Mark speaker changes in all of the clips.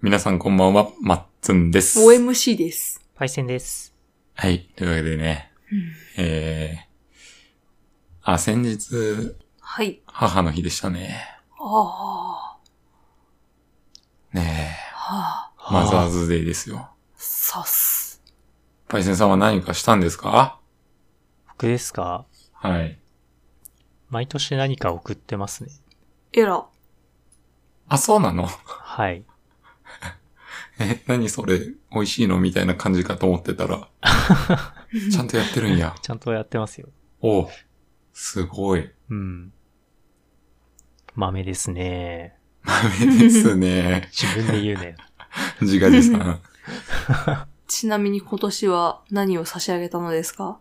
Speaker 1: 皆さんこんばんは、まっつんです。
Speaker 2: OMC です。
Speaker 3: パイセンです。
Speaker 1: はい。というわけでね、えー、あ、先日、
Speaker 2: はい。
Speaker 1: 母の日でしたね。
Speaker 2: あ
Speaker 1: ね
Speaker 2: あ、はあ、
Speaker 1: え、マザーズデーですよ。
Speaker 2: さす。
Speaker 1: パイセンさんは何かしたんですか
Speaker 3: 僕ですか
Speaker 1: はい。
Speaker 3: 毎年何か送ってますね。
Speaker 2: えら。
Speaker 1: あ、そうなの
Speaker 3: はい。
Speaker 1: え、何それ、美味しいのみたいな感じかと思ってたら、ちゃんとやってるん や。
Speaker 3: ちゃんとやってますよ。
Speaker 1: おうすごい。
Speaker 3: うん。豆ですね。
Speaker 1: ダメです ね。
Speaker 3: 自分で言うね。
Speaker 1: 自画自賛。
Speaker 2: ちなみに今年は何を差し上げたのですか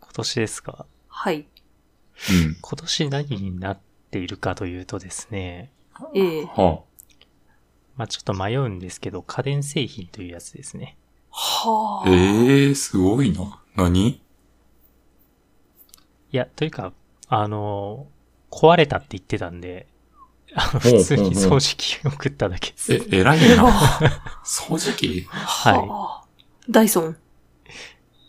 Speaker 3: 今年ですか
Speaker 2: はい。
Speaker 1: うん。
Speaker 3: 今年何になっているかというとですね。
Speaker 2: ええ。
Speaker 1: は
Speaker 3: まあちょっと迷うんですけど、家電製品というやつですね。
Speaker 2: は
Speaker 1: あ、
Speaker 2: あ。
Speaker 1: ええー、すごいな。何
Speaker 3: いや、というか、あの、壊れたって言ってたんで、あの、
Speaker 1: ほうほう
Speaker 3: 普通に掃除機送っただけです。
Speaker 1: え、偉い な。掃除機
Speaker 3: はい。
Speaker 2: い。ダイソン。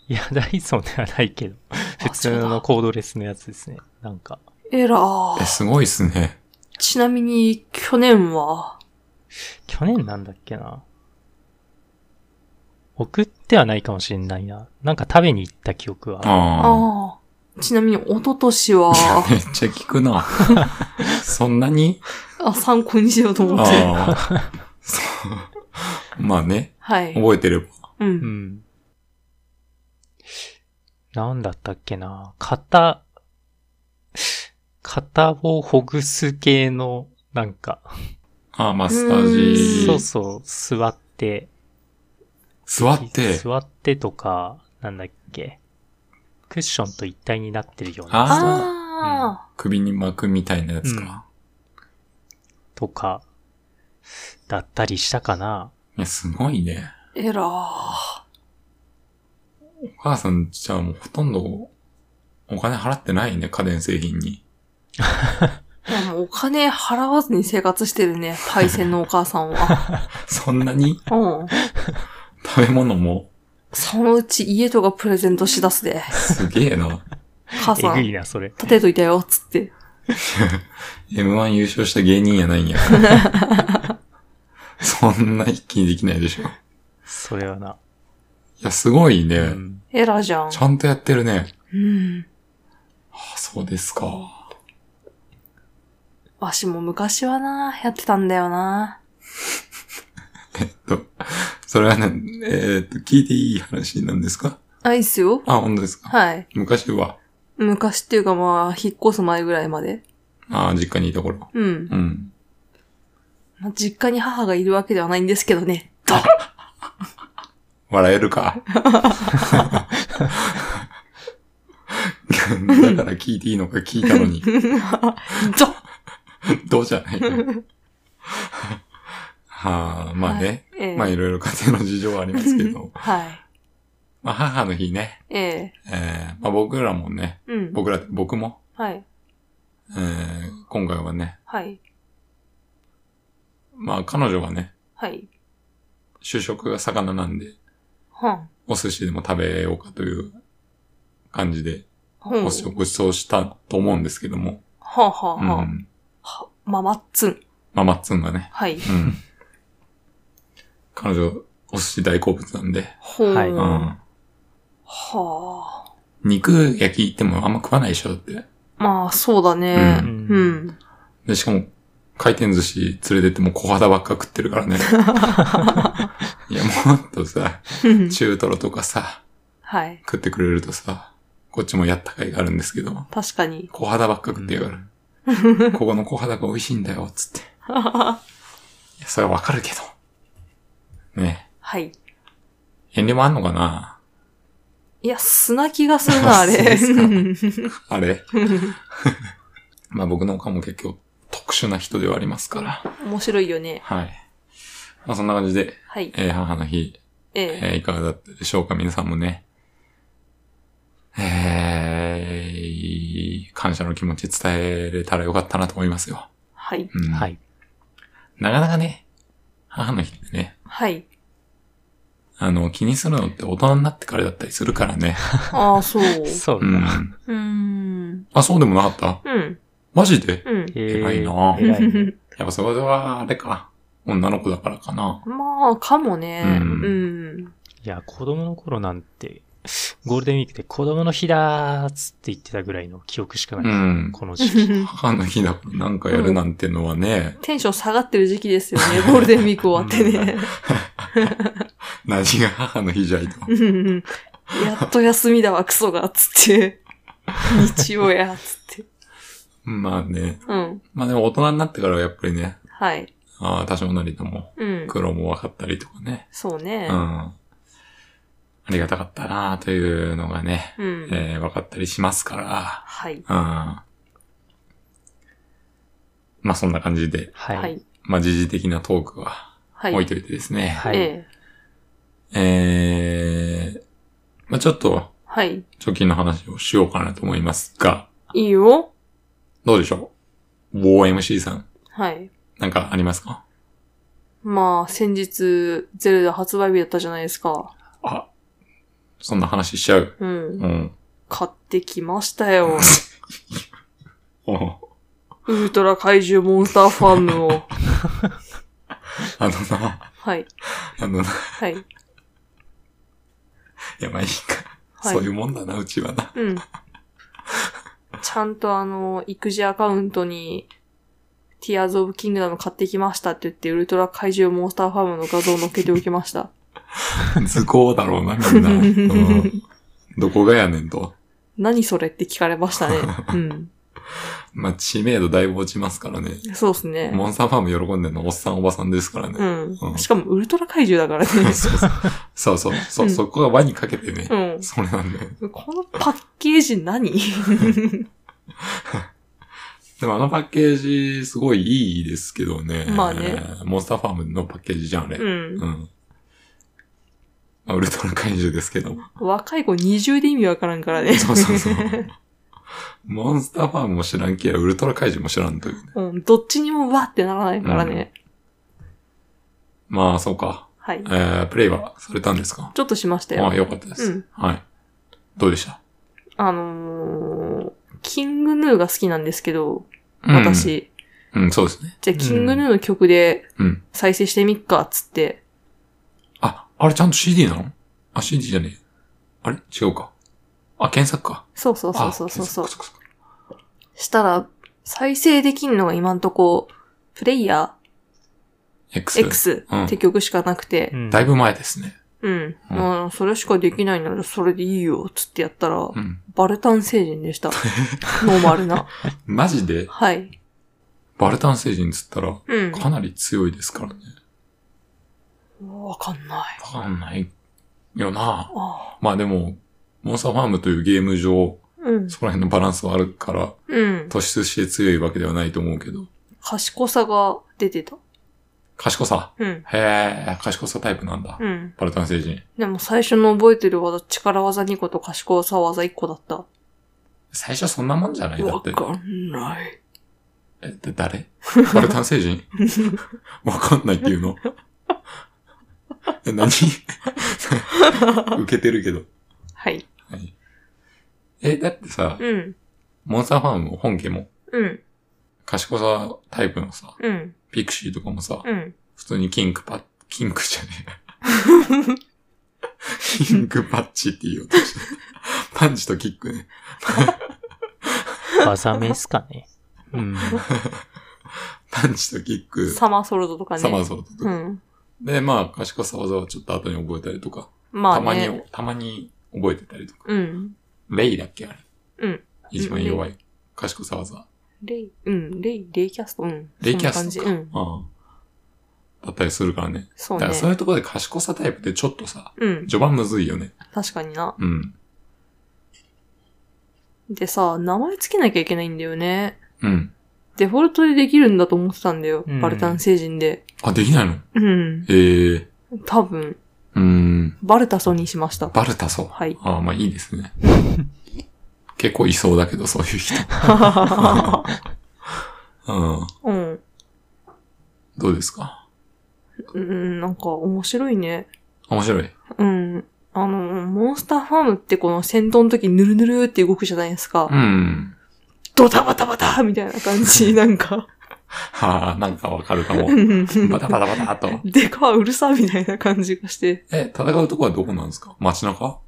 Speaker 3: いや、ダイソンではないけど、普通
Speaker 2: そうだ
Speaker 3: のコードレスのやつですね。なんか。
Speaker 2: えら。
Speaker 1: え、すごいっすね。
Speaker 2: ちなみに、去年は、
Speaker 3: 去年なんだっけな。送ってはないかもしれないな。なんか食べに行った記憶は。
Speaker 1: あ
Speaker 2: ああ。ちなみに、一昨年は、
Speaker 1: あ。めっちゃ効くな。そんなに
Speaker 2: あ、参考にしようと思って。
Speaker 1: ああ。そう。 まあね、
Speaker 2: はい。
Speaker 1: 覚えてれば。
Speaker 2: う。
Speaker 3: うんん。なんだったっけな。型、型をほぐす系の、なんか、
Speaker 1: ああ、マッサー
Speaker 2: う
Speaker 1: ジ。
Speaker 2: ん
Speaker 3: そうそう、座って、
Speaker 1: 座って。
Speaker 3: 座ってとか、なんだっけ。クッションと一体になってるよう
Speaker 1: あー
Speaker 3: な、
Speaker 2: ああ。
Speaker 1: 首に巻くみたいなやつか。
Speaker 3: とか、だったりしたかな。
Speaker 1: いや、すごいね。
Speaker 2: えら。
Speaker 1: お母さん、じゃあもうほとんどお金払ってないね、家電製品に。
Speaker 2: いや、もうお金払わずに生活してるね。パイセンのお母さんは。
Speaker 1: そんなに
Speaker 2: うん。
Speaker 1: 食べ物も
Speaker 2: そのうち家とかプレゼントしだす で。
Speaker 1: すげえな。
Speaker 2: 母さ
Speaker 3: え
Speaker 2: ん、
Speaker 3: ぐい
Speaker 2: 立
Speaker 3: な、それ。
Speaker 2: てといたよ、つって。
Speaker 1: M1 優勝した芸人やないん やから。そんな一気にできないでしょ。い
Speaker 3: それはな。
Speaker 1: や、すごいね。
Speaker 3: うん
Speaker 2: エラじゃん
Speaker 1: ち。ゃんとやってるね。
Speaker 2: うん。
Speaker 1: あ、そうですか。
Speaker 2: わしも昔はな、やってたんだよな。
Speaker 1: と、それはね、えーっと、聞いていい話なんですか
Speaker 2: あ、いいっすよ。
Speaker 1: あ、本当ですか。
Speaker 2: はい。
Speaker 1: 昔は、
Speaker 2: 昔っていうかまあ、引っ越す前ぐらいまで。
Speaker 1: あ実家にいた頃。
Speaker 2: うん。
Speaker 1: うん。
Speaker 2: まあ、実家に母がいるわけではないんですけどね。 と。
Speaker 1: 笑える か。だから聞いていいのか聞いた のに。
Speaker 2: と。
Speaker 1: どうじゃないのはあ、まあね。
Speaker 2: ええ、
Speaker 1: まあいろいろ家庭の事情はありますけど
Speaker 2: はい。
Speaker 1: まあ母の日ね、
Speaker 2: ええ
Speaker 1: えーまあ僕らもね、
Speaker 2: うん。
Speaker 1: 僕ら、僕も、
Speaker 2: はい。
Speaker 1: えー今回はね、
Speaker 2: はい。
Speaker 1: まあ彼女はね、
Speaker 2: はい。
Speaker 1: 主食が魚なんで、
Speaker 2: はん。
Speaker 1: お寿司でも食べようかという感じで、
Speaker 2: ほん。
Speaker 1: ご
Speaker 2: は
Speaker 1: ちそうごちそうしたと思うんですけども、
Speaker 2: あはあ
Speaker 1: う
Speaker 2: はあ。
Speaker 1: ん。
Speaker 2: は、まあ、まっつん。
Speaker 1: まあまっつんがね、
Speaker 2: はい。
Speaker 1: うん。彼女、お寿司大好物なんで、
Speaker 2: ほん。
Speaker 3: はいう
Speaker 2: は
Speaker 1: ん。
Speaker 2: あ。
Speaker 1: 肉焼き行ってもあんま食わないでしょ、だって。
Speaker 2: まあ、そうだ
Speaker 1: う
Speaker 2: ね。う
Speaker 3: うん
Speaker 2: ん。
Speaker 1: で、しかも、回転寿司連れてっても小肌ばっか食ってるからね。いや、もっとさ、
Speaker 2: うん
Speaker 1: 中トロとかさ、
Speaker 2: はい。
Speaker 1: 食ってくれるとさ、こっちもやったかいがあるんですけど、
Speaker 2: 確かに。
Speaker 1: 小肌ばっか食ってやがる。ここの小肌が美味しいんだよ、つって。いや、それはわかるけど。ね
Speaker 2: はい。
Speaker 1: 遠慮もあんのかない
Speaker 2: や、砂気がするな、あ
Speaker 1: そうで
Speaker 2: れ。
Speaker 1: すか
Speaker 2: うん
Speaker 1: あれまあ僕のおかんも結局特殊な人ではありますから。
Speaker 2: 面白いよね。
Speaker 1: はい。まあそんな感じで、
Speaker 2: はい。
Speaker 1: えー母の日、
Speaker 2: ええ。
Speaker 1: えーいかがだったでしょうか皆さんもね。えー、感謝の気持ち伝えれたらよかったなと思いますよ。
Speaker 2: はい。
Speaker 1: うん、
Speaker 3: はい。
Speaker 1: なかなかね、母母の日ってね、
Speaker 2: はい。
Speaker 1: あの、気にするのって大人になってからだったりするからね。
Speaker 2: あ あ、そう。う
Speaker 3: そう
Speaker 1: う
Speaker 3: だ。
Speaker 1: ん。
Speaker 2: ーん。
Speaker 1: あ、そうでもなかった
Speaker 2: うん。
Speaker 1: マジで
Speaker 2: うん。
Speaker 3: え
Speaker 1: 偉いな
Speaker 3: 偉いね
Speaker 1: やっぱそれは、あれか。女の子だからかな。
Speaker 2: まあ、かもね。
Speaker 1: うん
Speaker 2: うん。
Speaker 3: いや、子供の頃なんて、ゴールデンウィークで子供の日だーっつって言ってたぐらいの記憶しか
Speaker 1: う
Speaker 3: ない。
Speaker 1: ん。
Speaker 3: この時 期。
Speaker 1: 母の日だからなんかやるなんてのはね、
Speaker 2: テンション下がってる時期ですよね。 ゴールデンウィーク終わってね。
Speaker 1: なじが母の日じゃいと。
Speaker 2: うんうんやっと休みだわ、クソが、つって。日曜や、つって。
Speaker 1: まあね。
Speaker 2: うん。
Speaker 1: まあでも大人になってからはやっぱりね、
Speaker 2: はい。
Speaker 1: ああ、多少なりとも、
Speaker 2: うん。
Speaker 1: 苦労も分かったりとかね。
Speaker 2: そう
Speaker 1: う
Speaker 2: ね
Speaker 1: ん。。ありがたかったなというのがね、
Speaker 2: うん。
Speaker 1: えー、分かったりしますから。
Speaker 2: はい。
Speaker 1: うん。まあそんな感じで、
Speaker 2: は
Speaker 3: はい。
Speaker 2: い。
Speaker 1: まあ時事的なトークは
Speaker 2: は
Speaker 1: 置い
Speaker 2: い。
Speaker 1: といてですね。
Speaker 3: は
Speaker 2: え
Speaker 3: い。
Speaker 2: え。
Speaker 1: えー、まあちょっと、
Speaker 2: はい。
Speaker 1: 貯金の話をしようかなと思いますが、
Speaker 2: いいよ。
Speaker 1: どうでしょう ?OMC さん、
Speaker 2: はい。
Speaker 1: なんかありますか
Speaker 2: まあ、先日、ゼルダ発売日だったじゃないですか。
Speaker 1: あ、そんな話しちゃう。
Speaker 2: うん。
Speaker 1: うん。
Speaker 2: 買ってきましたよ。
Speaker 1: おう
Speaker 2: ウルトラ怪獣モンスターファームを。
Speaker 1: あのな、
Speaker 2: はい。
Speaker 1: あのな、
Speaker 2: はい。
Speaker 1: いや、まあいいか。
Speaker 2: はい
Speaker 1: そういうもんだな、うちはな。
Speaker 2: うん。ちゃんとあの、育児アカウントに、ティアーズ・オブ・キングダム買ってきましたって言って、ウルトラ怪獣モンスターファームの画像を載っけておきました。
Speaker 1: 図工だろうな、みんな。うん、どこがやねんと。
Speaker 2: 何それって聞かれましたね。うん。
Speaker 1: まあ、知名度だいぶ落ちますからね。
Speaker 2: そうですね。
Speaker 1: モンスターファーム喜んでるのおっさんおばさんですからね。
Speaker 2: うん
Speaker 1: う。ん
Speaker 2: しかもウルトラ怪獣だからね。
Speaker 1: そうそうそうそう、そう
Speaker 2: うん
Speaker 1: そこが輪にかけてね。
Speaker 2: うん。
Speaker 1: それなんだよ。
Speaker 2: このパッケージ何
Speaker 1: でもあのパッケージ、すごいいいですけどね。
Speaker 2: まあね。
Speaker 1: モンスターファームのパッケージじゃん、あれ。
Speaker 2: う
Speaker 1: うん。
Speaker 2: ん。
Speaker 1: まあウルトラ怪獣ですけど。
Speaker 2: 若い子二重で意味わからんからね。
Speaker 1: そうそうそう。モンスターファームも知らんけや、ウルトラ怪獣も知らんというね。
Speaker 2: うん。どっちにもわってならないからね。
Speaker 1: まあ、そうか。
Speaker 2: はい
Speaker 1: え。ー、プレイはされたんですか
Speaker 2: ちょっとしましたよ
Speaker 1: あ。よかったです。
Speaker 2: うん
Speaker 1: はい。どうでした
Speaker 2: あのー、キングヌーが好きなんですけど、。私。
Speaker 1: うん、うんそうですね。
Speaker 2: じゃあ、キングヌーの曲で
Speaker 1: うん。
Speaker 2: 再生してみっか、つって。
Speaker 1: あ、あれちゃんと CD なのあ、CD じゃねえ。あれ違うか。あ、検索か。
Speaker 2: そうそうそう
Speaker 1: あ
Speaker 2: そうそうそう
Speaker 1: 検。索かか
Speaker 2: したら、再生できんのが今んとこ、プレイヤー
Speaker 1: X。
Speaker 2: X
Speaker 1: うん
Speaker 2: って曲しかなく
Speaker 3: う
Speaker 2: て、
Speaker 3: ん
Speaker 1: だいぶ前ですね。
Speaker 2: うん。
Speaker 1: うん
Speaker 2: まあ、それしかできないならそれでいいよ、つってやったら、
Speaker 1: うん。
Speaker 2: バルタン星人 でした。ノーマルな。
Speaker 1: マジで、
Speaker 2: はい。
Speaker 1: バルタン星人っつったら、
Speaker 2: うん。
Speaker 1: かなり強いですからね。
Speaker 2: わかんない。
Speaker 1: わかんないよな
Speaker 2: ああ。
Speaker 1: まあでも、モンスターファームというゲーム上、
Speaker 2: うん。
Speaker 1: そこら辺のバランスはあるから、
Speaker 2: うん。
Speaker 1: 突出して強いわけではないと思うけど。
Speaker 2: 賢さが出てた。
Speaker 1: 賢さ。
Speaker 2: うん。
Speaker 1: へえ、賢さタイプなんだ。
Speaker 2: うん。
Speaker 1: バルタン星人。
Speaker 2: でも最初の覚えてる技、力技2個と賢さ技1個だった。わ
Speaker 1: 最初そんなもんじゃないだって。
Speaker 2: かんない。
Speaker 1: え、だ誰バルタン星人わかんないっていうの。え、何受けてるけど。
Speaker 2: はい。
Speaker 1: え、だってさ、
Speaker 2: うん。
Speaker 1: モンスターファームも本家も、
Speaker 2: うん。
Speaker 1: 賢さタイプのさ、
Speaker 2: うん。
Speaker 1: ピクシーとかもさ、
Speaker 2: うん。
Speaker 1: 普通にキンクパッ、キンクじゃねえ。キンクパッチって言おうとして。パンチとキックね。
Speaker 3: 技名っすかね。 うん。
Speaker 1: パンチとキック、
Speaker 2: サマーソルトとかね。
Speaker 1: サマーソルトと
Speaker 2: う
Speaker 1: か。
Speaker 2: ん。
Speaker 1: で、まあ、賢さ技はちょっと後に覚えたりとか、
Speaker 2: まあ
Speaker 1: たま
Speaker 2: ね。
Speaker 1: に、たまに覚えてたりとか。
Speaker 2: うん。
Speaker 1: レイだっけあれ。
Speaker 2: うん。
Speaker 1: 一番弱い。賢さ技。
Speaker 2: レイ、うん。レイ、レイキャスト。うん。
Speaker 1: レイキャスト
Speaker 2: そん
Speaker 1: か。
Speaker 2: な感じ。うん。
Speaker 1: ああだったりするからね。
Speaker 2: そう
Speaker 1: だからそうい
Speaker 2: ね。
Speaker 1: うところで賢さタイプってちょっとさ、
Speaker 2: うん。
Speaker 1: 序盤むずいよね。
Speaker 2: 確かにな。
Speaker 1: うん。
Speaker 2: でさ、名前つけなきゃいけないんだよね。
Speaker 1: うん。
Speaker 2: デフォルトでできるんだと思ってたんだよ。
Speaker 3: うん
Speaker 2: バルタン星人で。
Speaker 1: あ、できないの
Speaker 2: うん。
Speaker 1: ええ
Speaker 2: 多分、
Speaker 1: うーん。
Speaker 2: バルタソにしました。
Speaker 1: バルタソ。
Speaker 2: はい。
Speaker 1: ああ、まあいいですね。結構いそうだけど、そういう人。うん。
Speaker 2: うん。
Speaker 1: どうですか
Speaker 2: うん、なんか面白いね。
Speaker 1: 面白い。
Speaker 2: うん。あの、モンスターファームってこの戦闘の時ぬるぬるって動くじゃないですか。
Speaker 1: うん。
Speaker 2: ドタバタバタみたいな感じ、なんか。
Speaker 1: はあ、なんかわかるか も。バ
Speaker 2: バ
Speaker 1: タバタバタっと。
Speaker 2: でかうるさみたいな感じがして。
Speaker 1: え、戦うとこはどこなんですか街中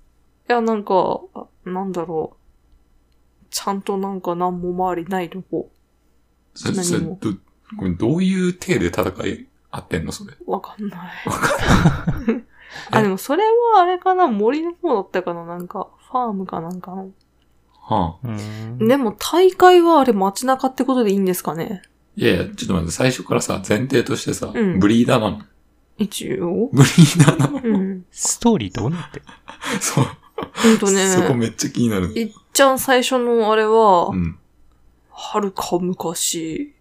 Speaker 2: いや、なんか、あなんだろう。ちゃんとなんか何も周りないとこ。
Speaker 1: それ、
Speaker 2: 何
Speaker 1: それ、
Speaker 2: も
Speaker 1: ど、ごめんどういう体で戦い合ってんのそれ。
Speaker 2: わかんない。
Speaker 1: わかんない。
Speaker 2: あ、でもそれはあれかな、森の方だったかな、なんか、ファームかなんかの。
Speaker 1: はあ。
Speaker 3: うーん。
Speaker 2: でも大会はあれ街中ってことでいいんですかね
Speaker 1: いやいや、ちょっと待って、最初からさ、前提としてさ、
Speaker 2: うん
Speaker 1: ブリーダーなの。
Speaker 2: 一応。
Speaker 1: ブリーダー なの。
Speaker 2: うん。
Speaker 3: ストーリーどうなってんの
Speaker 1: そう。
Speaker 2: ほんとね。
Speaker 1: そこめっちゃ気になる。
Speaker 2: いっちゃん最初のあれは、
Speaker 1: うん。
Speaker 2: はるか昔、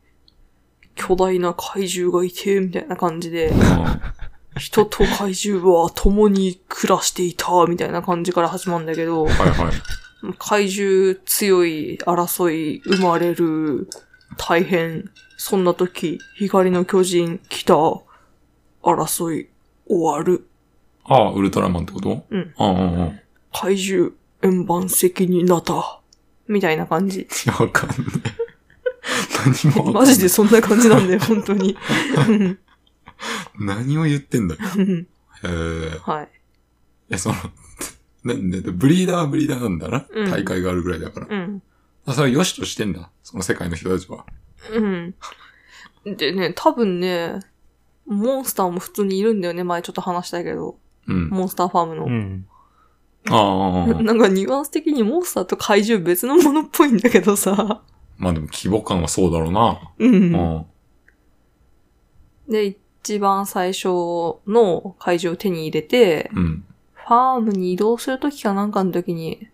Speaker 2: 巨大な怪獣がいて、みたいな感じで、
Speaker 1: あ
Speaker 2: 人と怪獣は共に暮らしていた、みたいな感じから始まるんだけど、
Speaker 1: あはいはい。
Speaker 2: 怪獣強い争い生まれる大変そんな時光の巨人来た争い終わる
Speaker 1: ああ、ウルトラマンってこと
Speaker 2: うん。
Speaker 1: ああ、うんうん。い
Speaker 2: 怪獣円盤石になったみたいな感じ。
Speaker 1: や、わかんない。何もわかんない。
Speaker 2: マジでそんな感じなんだよ、本当に。うん
Speaker 1: 何を言ってんだよ。
Speaker 2: うん
Speaker 1: えー、
Speaker 2: はい。
Speaker 1: え、その、なんで、ブリーダーはブリーダーなんだな。
Speaker 2: うん
Speaker 1: 大会があるぐらいだから。
Speaker 2: うん。
Speaker 1: あそれは良しとしてんだ。その世界の人たちは。
Speaker 2: うん。でね、多分ね、モンスターも普通にいるんだよね、前ちょっと話したけど。
Speaker 1: うん。
Speaker 2: モンスターファームの。
Speaker 3: うん。
Speaker 1: ああああ、ああ
Speaker 2: なんかニュアンス的にモンスターと怪獣別のものっぽいんだけ どさ。
Speaker 1: まあでも規模感はそうだろうな。
Speaker 2: う。
Speaker 1: うんん。
Speaker 2: で、一番最初の怪獣を手に入れて、
Speaker 1: うん。
Speaker 2: ファームに移動するときかなんかのときに、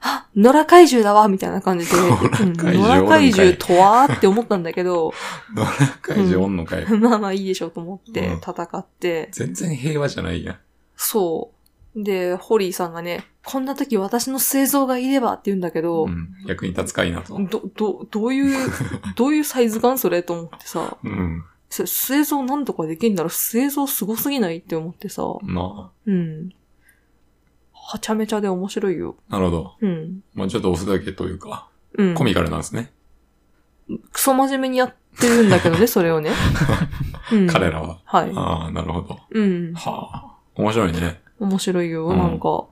Speaker 2: あ野良怪獣だわみたいな感じで、うん
Speaker 1: 野良怪獣
Speaker 2: 野良怪獣とはって思ったんだけど、
Speaker 1: 野良怪獣おんのかい。
Speaker 2: まあまあいいでしょうと思って
Speaker 1: うん
Speaker 2: 戦って、
Speaker 1: 全然平和じゃないやん。
Speaker 2: そう。で、ホリーさんがね、こんな時私の製造がいればって言うんだけど、
Speaker 1: うん。役に立つかいなと。
Speaker 2: ど、ど、どういう、どういうサイズ感それと思ってさ。
Speaker 1: うん。
Speaker 2: それ末像なんとかできんなら末像すごすぎないって思ってさ。
Speaker 1: な
Speaker 2: うん。はちゃめちゃで面白いよ。
Speaker 1: あ。なるほど。
Speaker 2: うん。
Speaker 1: まあちょっと押すだけというか、
Speaker 2: うん。
Speaker 1: コミカルなんですね。
Speaker 2: クソ真面目にやってるんだ けどね、それをね。うん、
Speaker 1: 彼らは。
Speaker 2: はい。
Speaker 1: ああ、なるほど。
Speaker 2: うん。
Speaker 1: はあ。面白いね。
Speaker 2: 面白いよ、
Speaker 1: うん
Speaker 2: なんか。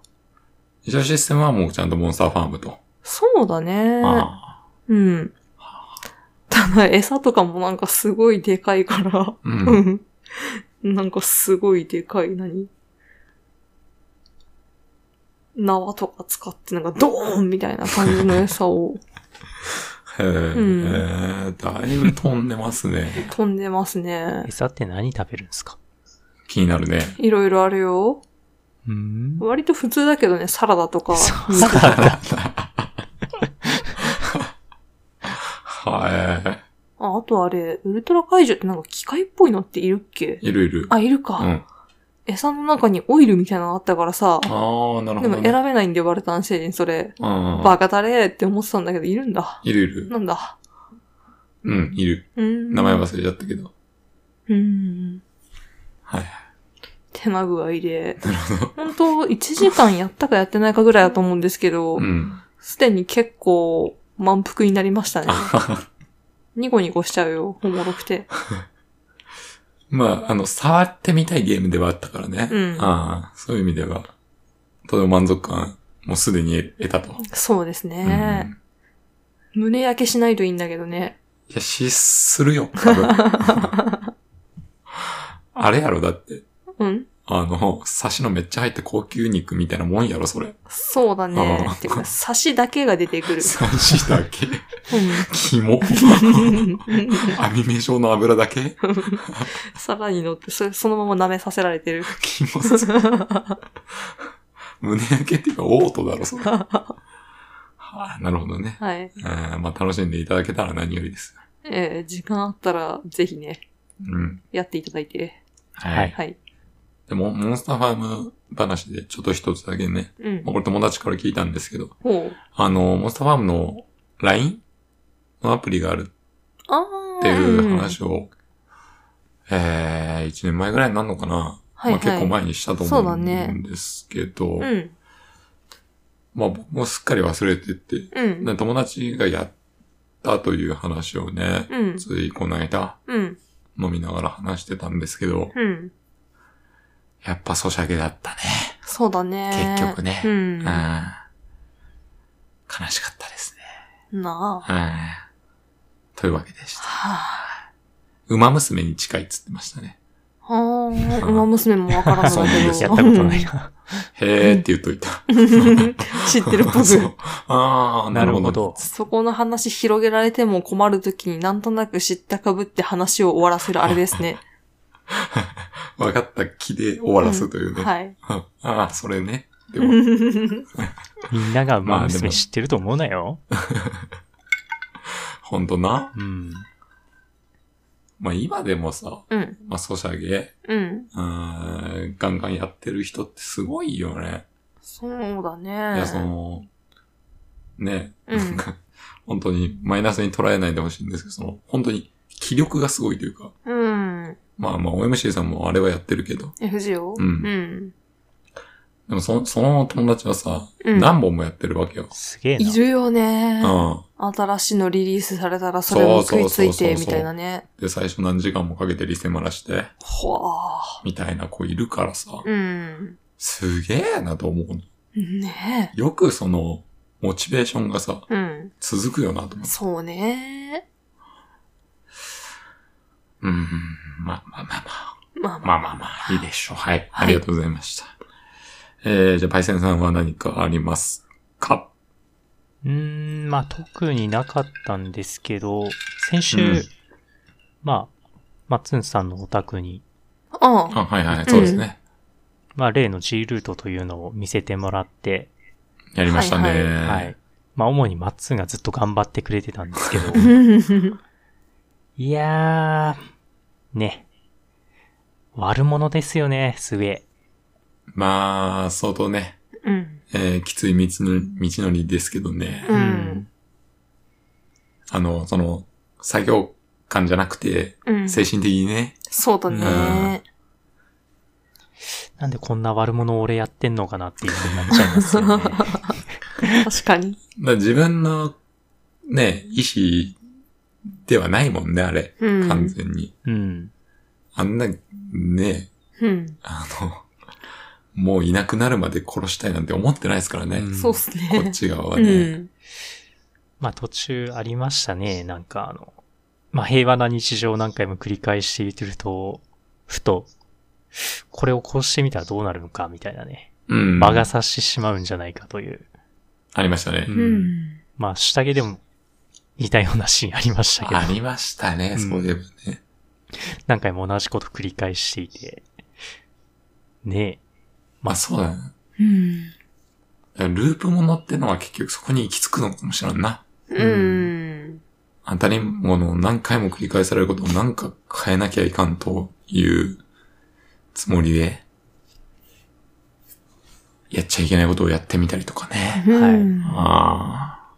Speaker 1: 一応システムはもうちゃんとモンスターファームと。
Speaker 2: そうだね。
Speaker 1: ああ。
Speaker 2: うん。ただ、餌とかもなんかすごいでかいから。
Speaker 1: う。
Speaker 2: うんん。なんかすごいでかい、何縄とか使って、なんかドーンみたいな感じの餌を
Speaker 1: へえ、
Speaker 2: ん
Speaker 1: だいぶ飛んでますね。
Speaker 2: 飛んでますね。
Speaker 3: 餌って何食べるんですか
Speaker 1: 気になるね。
Speaker 2: いろいろあるよ。
Speaker 3: うーん。
Speaker 2: 割と普通だけどね、サラダとか。
Speaker 3: そううんサラダ。
Speaker 1: は
Speaker 2: ああとあれ、ウルトラ怪獣ってなんか機械っぽいのっているっけ
Speaker 1: い。いるいる。
Speaker 2: あ、いるか。
Speaker 1: うん。あ
Speaker 2: 餌の中にオイルみたいなのあったからさ。
Speaker 1: あ、なる
Speaker 2: で
Speaker 1: ほ
Speaker 2: も
Speaker 1: ど、ね。
Speaker 2: 選べないんでバルタン星人、それ。
Speaker 1: うんうん
Speaker 2: バカだれって思ってたんだけど、いるんだ。
Speaker 1: いるいる。
Speaker 2: なんだ。
Speaker 1: うん、いる。
Speaker 2: うん。
Speaker 1: 名前忘れちゃったけど。
Speaker 2: うん。
Speaker 1: はい。
Speaker 2: 手な具合で。本当1時間やったかやってないかぐらいだと思うんですけど
Speaker 1: う、ん。
Speaker 2: すで、に結構満腹になりましたね。ニコニコしちゃうよ、おもろくて。
Speaker 1: まあ、あの、触ってみたいゲームではあったからね。
Speaker 2: うん
Speaker 1: ああ、そういう意味では、とても満足感、もうすでに得たと。
Speaker 2: そうです
Speaker 1: う
Speaker 2: ね。
Speaker 1: ん
Speaker 2: 胸焼けしないといいんだけどね。
Speaker 1: いや、失するよ、多 分。あれやろ、だって。
Speaker 2: うん
Speaker 1: あの、サシのめっちゃ入って高級肉みたいなもんやろ、それ。
Speaker 2: そうだね
Speaker 1: あー。
Speaker 2: てか、サシだけが出てくる。
Speaker 1: サシだ け。肝。
Speaker 2: うん。
Speaker 1: 網目状の油だけ
Speaker 2: さらに乗って、そそのまま舐めさせられてる。
Speaker 1: 肝さ胸焼けっていうか、オートだろ、 それ。はあ、なるほどね。
Speaker 2: はい。
Speaker 1: えーまあ、楽しんでいただけたら何よりです。
Speaker 2: えー時間あったら、ぜひね、
Speaker 1: うん。
Speaker 2: やっていただいて。
Speaker 1: はい。
Speaker 2: はい。
Speaker 1: でも、モンスターファーム話でちょっと一つだけね。
Speaker 2: うん
Speaker 1: まあ、。これ友達から聞いたんですけど、
Speaker 2: ほう。
Speaker 1: あの、モンスターファームの LINE のアプリがある
Speaker 2: ああ。
Speaker 1: っていう
Speaker 2: うん
Speaker 1: 話を、えー前、1年前ぐらいになるのかな。
Speaker 2: はいはい
Speaker 1: まあ、結構前にしたと
Speaker 2: そう
Speaker 1: 思
Speaker 2: だ
Speaker 1: う
Speaker 2: ね
Speaker 1: んですけど、
Speaker 2: うん。
Speaker 1: まあ僕もすっかり忘れてて、
Speaker 2: うん。
Speaker 1: で友達がやったという話をね、
Speaker 2: うん。
Speaker 1: ついこの間
Speaker 2: うん。
Speaker 1: 飲みながら話してたんですけど、
Speaker 2: うん。
Speaker 1: やっぱソシャゲだったね。
Speaker 2: そうだね。
Speaker 1: 結局ね
Speaker 2: うん。
Speaker 1: うん。
Speaker 2: な
Speaker 1: 悲しかったですね。
Speaker 2: あ。
Speaker 1: うん。というわけでした。
Speaker 2: は
Speaker 1: 馬娘に近いっつってましたね。
Speaker 2: あ。はあ。馬娘もわからんのだけど。
Speaker 3: やったことないな。
Speaker 1: へーって言っとい た。
Speaker 2: うん。知ってるっぽ
Speaker 1: そう
Speaker 2: く。
Speaker 1: ああ、なるほ
Speaker 3: なる
Speaker 1: ど。
Speaker 3: ほど
Speaker 2: そこの話広げられても困るときになんとなく知ったかぶって話を終わらせるあれですね。
Speaker 1: 分かった気で 終わらすというね。
Speaker 2: はい。
Speaker 1: ああ、それね。でも、
Speaker 2: う
Speaker 3: みんなが
Speaker 1: まあ
Speaker 3: 馬
Speaker 1: でも
Speaker 3: 娘知ってると思うなよ。
Speaker 1: ほんとな。
Speaker 3: うん。
Speaker 1: まあ今でもさ、
Speaker 2: ん。
Speaker 1: まあソシャゲ、
Speaker 2: うん。
Speaker 1: うーんガンガンやってる人ってすごいよね。
Speaker 2: そうだ
Speaker 1: い
Speaker 2: ね。
Speaker 1: や、その、ね、
Speaker 2: うん
Speaker 1: なんか、本当にマイナスに捉えないでほしいんですけど、その、本当に気力がすごいというか、
Speaker 2: うん。
Speaker 1: まあまあ OMC さんもあれはやってるけど、
Speaker 2: FGO?
Speaker 1: うん
Speaker 2: うん。
Speaker 1: でもそその友達はさ、
Speaker 2: うん
Speaker 1: 何本もやってるわけよ。
Speaker 3: すげえ
Speaker 2: い
Speaker 3: な。
Speaker 2: るよね。
Speaker 1: う
Speaker 2: 新しいのリリースされたらそれも食いついて、みたいなね。
Speaker 1: ん。で、最初何時間もかけてリセマラして、
Speaker 2: ほわ
Speaker 1: みたいな子いるからさ、
Speaker 2: ー。うん。
Speaker 1: すげえなと思うの。
Speaker 2: ね
Speaker 1: よくその、モチベーションがさ、
Speaker 2: え。うん。
Speaker 1: 続くよなと思って。
Speaker 2: そうね。
Speaker 1: うん、まあまあまあまあ。
Speaker 2: ま
Speaker 1: まあ
Speaker 2: あまあ。
Speaker 1: まあまあ、いいでしょう。はい。
Speaker 2: は
Speaker 1: あ
Speaker 2: い
Speaker 1: りがとうございました。えー、じゃあ、パイセンさんは何かありますか
Speaker 3: うーん、まあ特になかったんですけど、先週、
Speaker 1: うん
Speaker 3: まあ、まあつんさんのお宅に、
Speaker 2: あ
Speaker 1: あ、はいはい、そうですね。
Speaker 3: まあ例の G ルートというのを見せてもらって、
Speaker 1: やりましたね。
Speaker 2: はい
Speaker 3: はい。まあ主にまっつんがずっと頑張ってくれてたんですけど、
Speaker 2: うん。
Speaker 3: いやー、ね。悪者ですよね、すげえ。
Speaker 1: まあ、相当ね、
Speaker 2: うん。
Speaker 1: えー、きつい道の道のりですけどね。
Speaker 2: うん。
Speaker 1: あの、その、作業感じゃなくて、
Speaker 2: うん。
Speaker 1: 精神的にね。
Speaker 2: そうだね。
Speaker 3: なんでこんな悪者を俺やってんのかなっていうふうになっちゃいますよね。
Speaker 2: 確かに。
Speaker 1: だから自分の、ね、意思ではないもんね、あれ。
Speaker 2: うん。
Speaker 1: 完全に。
Speaker 3: うん。
Speaker 1: あんな、ね、
Speaker 2: うん。
Speaker 1: あの、もういなくなるまで殺したいなんて思ってないですからね。
Speaker 3: うん
Speaker 2: そうっす
Speaker 1: こっ
Speaker 2: ね。
Speaker 1: ち側は
Speaker 2: う
Speaker 1: ね。
Speaker 2: ん。
Speaker 3: まあ途中ありましたね。なんかあの、まあ平和な日常を何回も繰り返していてると、ふと、これをこうしてみたらどうなるのかみたいなね。
Speaker 1: うん。
Speaker 3: 場が差してしまうんじゃないかという。
Speaker 1: ありましたね。
Speaker 3: う
Speaker 2: うんん。
Speaker 3: まあ下着でも似たようなシーンありましたけど
Speaker 1: あ、りましたね、
Speaker 3: うん
Speaker 1: そういえばね。
Speaker 3: 何回も同じこと繰り返していて。ねえ。
Speaker 1: まあそうだな。
Speaker 2: うん。
Speaker 1: ループものってのは結局そこに行き着くのかもしれんな。
Speaker 2: うん。
Speaker 1: 当たり物を何回も繰り返されることを何か変えなきゃいかんというつもりで、やっちゃいけないことをやってみたりとかね。
Speaker 2: は
Speaker 1: ああ。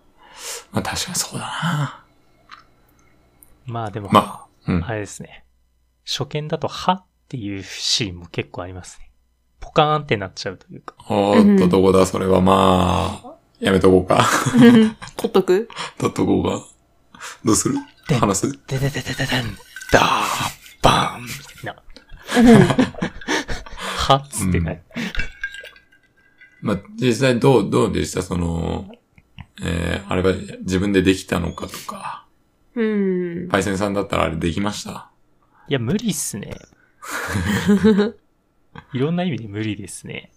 Speaker 1: まあ確かにそうだな。
Speaker 3: まあでも、
Speaker 1: まあ、うん。
Speaker 3: あれですね。初見だと、はっていうシーンも結構ありますね。ポカーンってなっちゃうというか。
Speaker 1: おーっと、どこだ、それはまあ、やめとこうか。
Speaker 2: い。取っとく
Speaker 1: 取っとこうか。どうする
Speaker 3: で
Speaker 1: 話す
Speaker 3: ででででででん
Speaker 1: ダーバーン
Speaker 3: な、
Speaker 2: うん
Speaker 3: はっつってない。
Speaker 1: まあ、実際どう、どうでしたその、えー、あれは自分でできたのかとか、
Speaker 2: うん。
Speaker 1: パイセンさんだったらあれできました
Speaker 3: いや、無理っ すね。いろんな意味で無理ですね。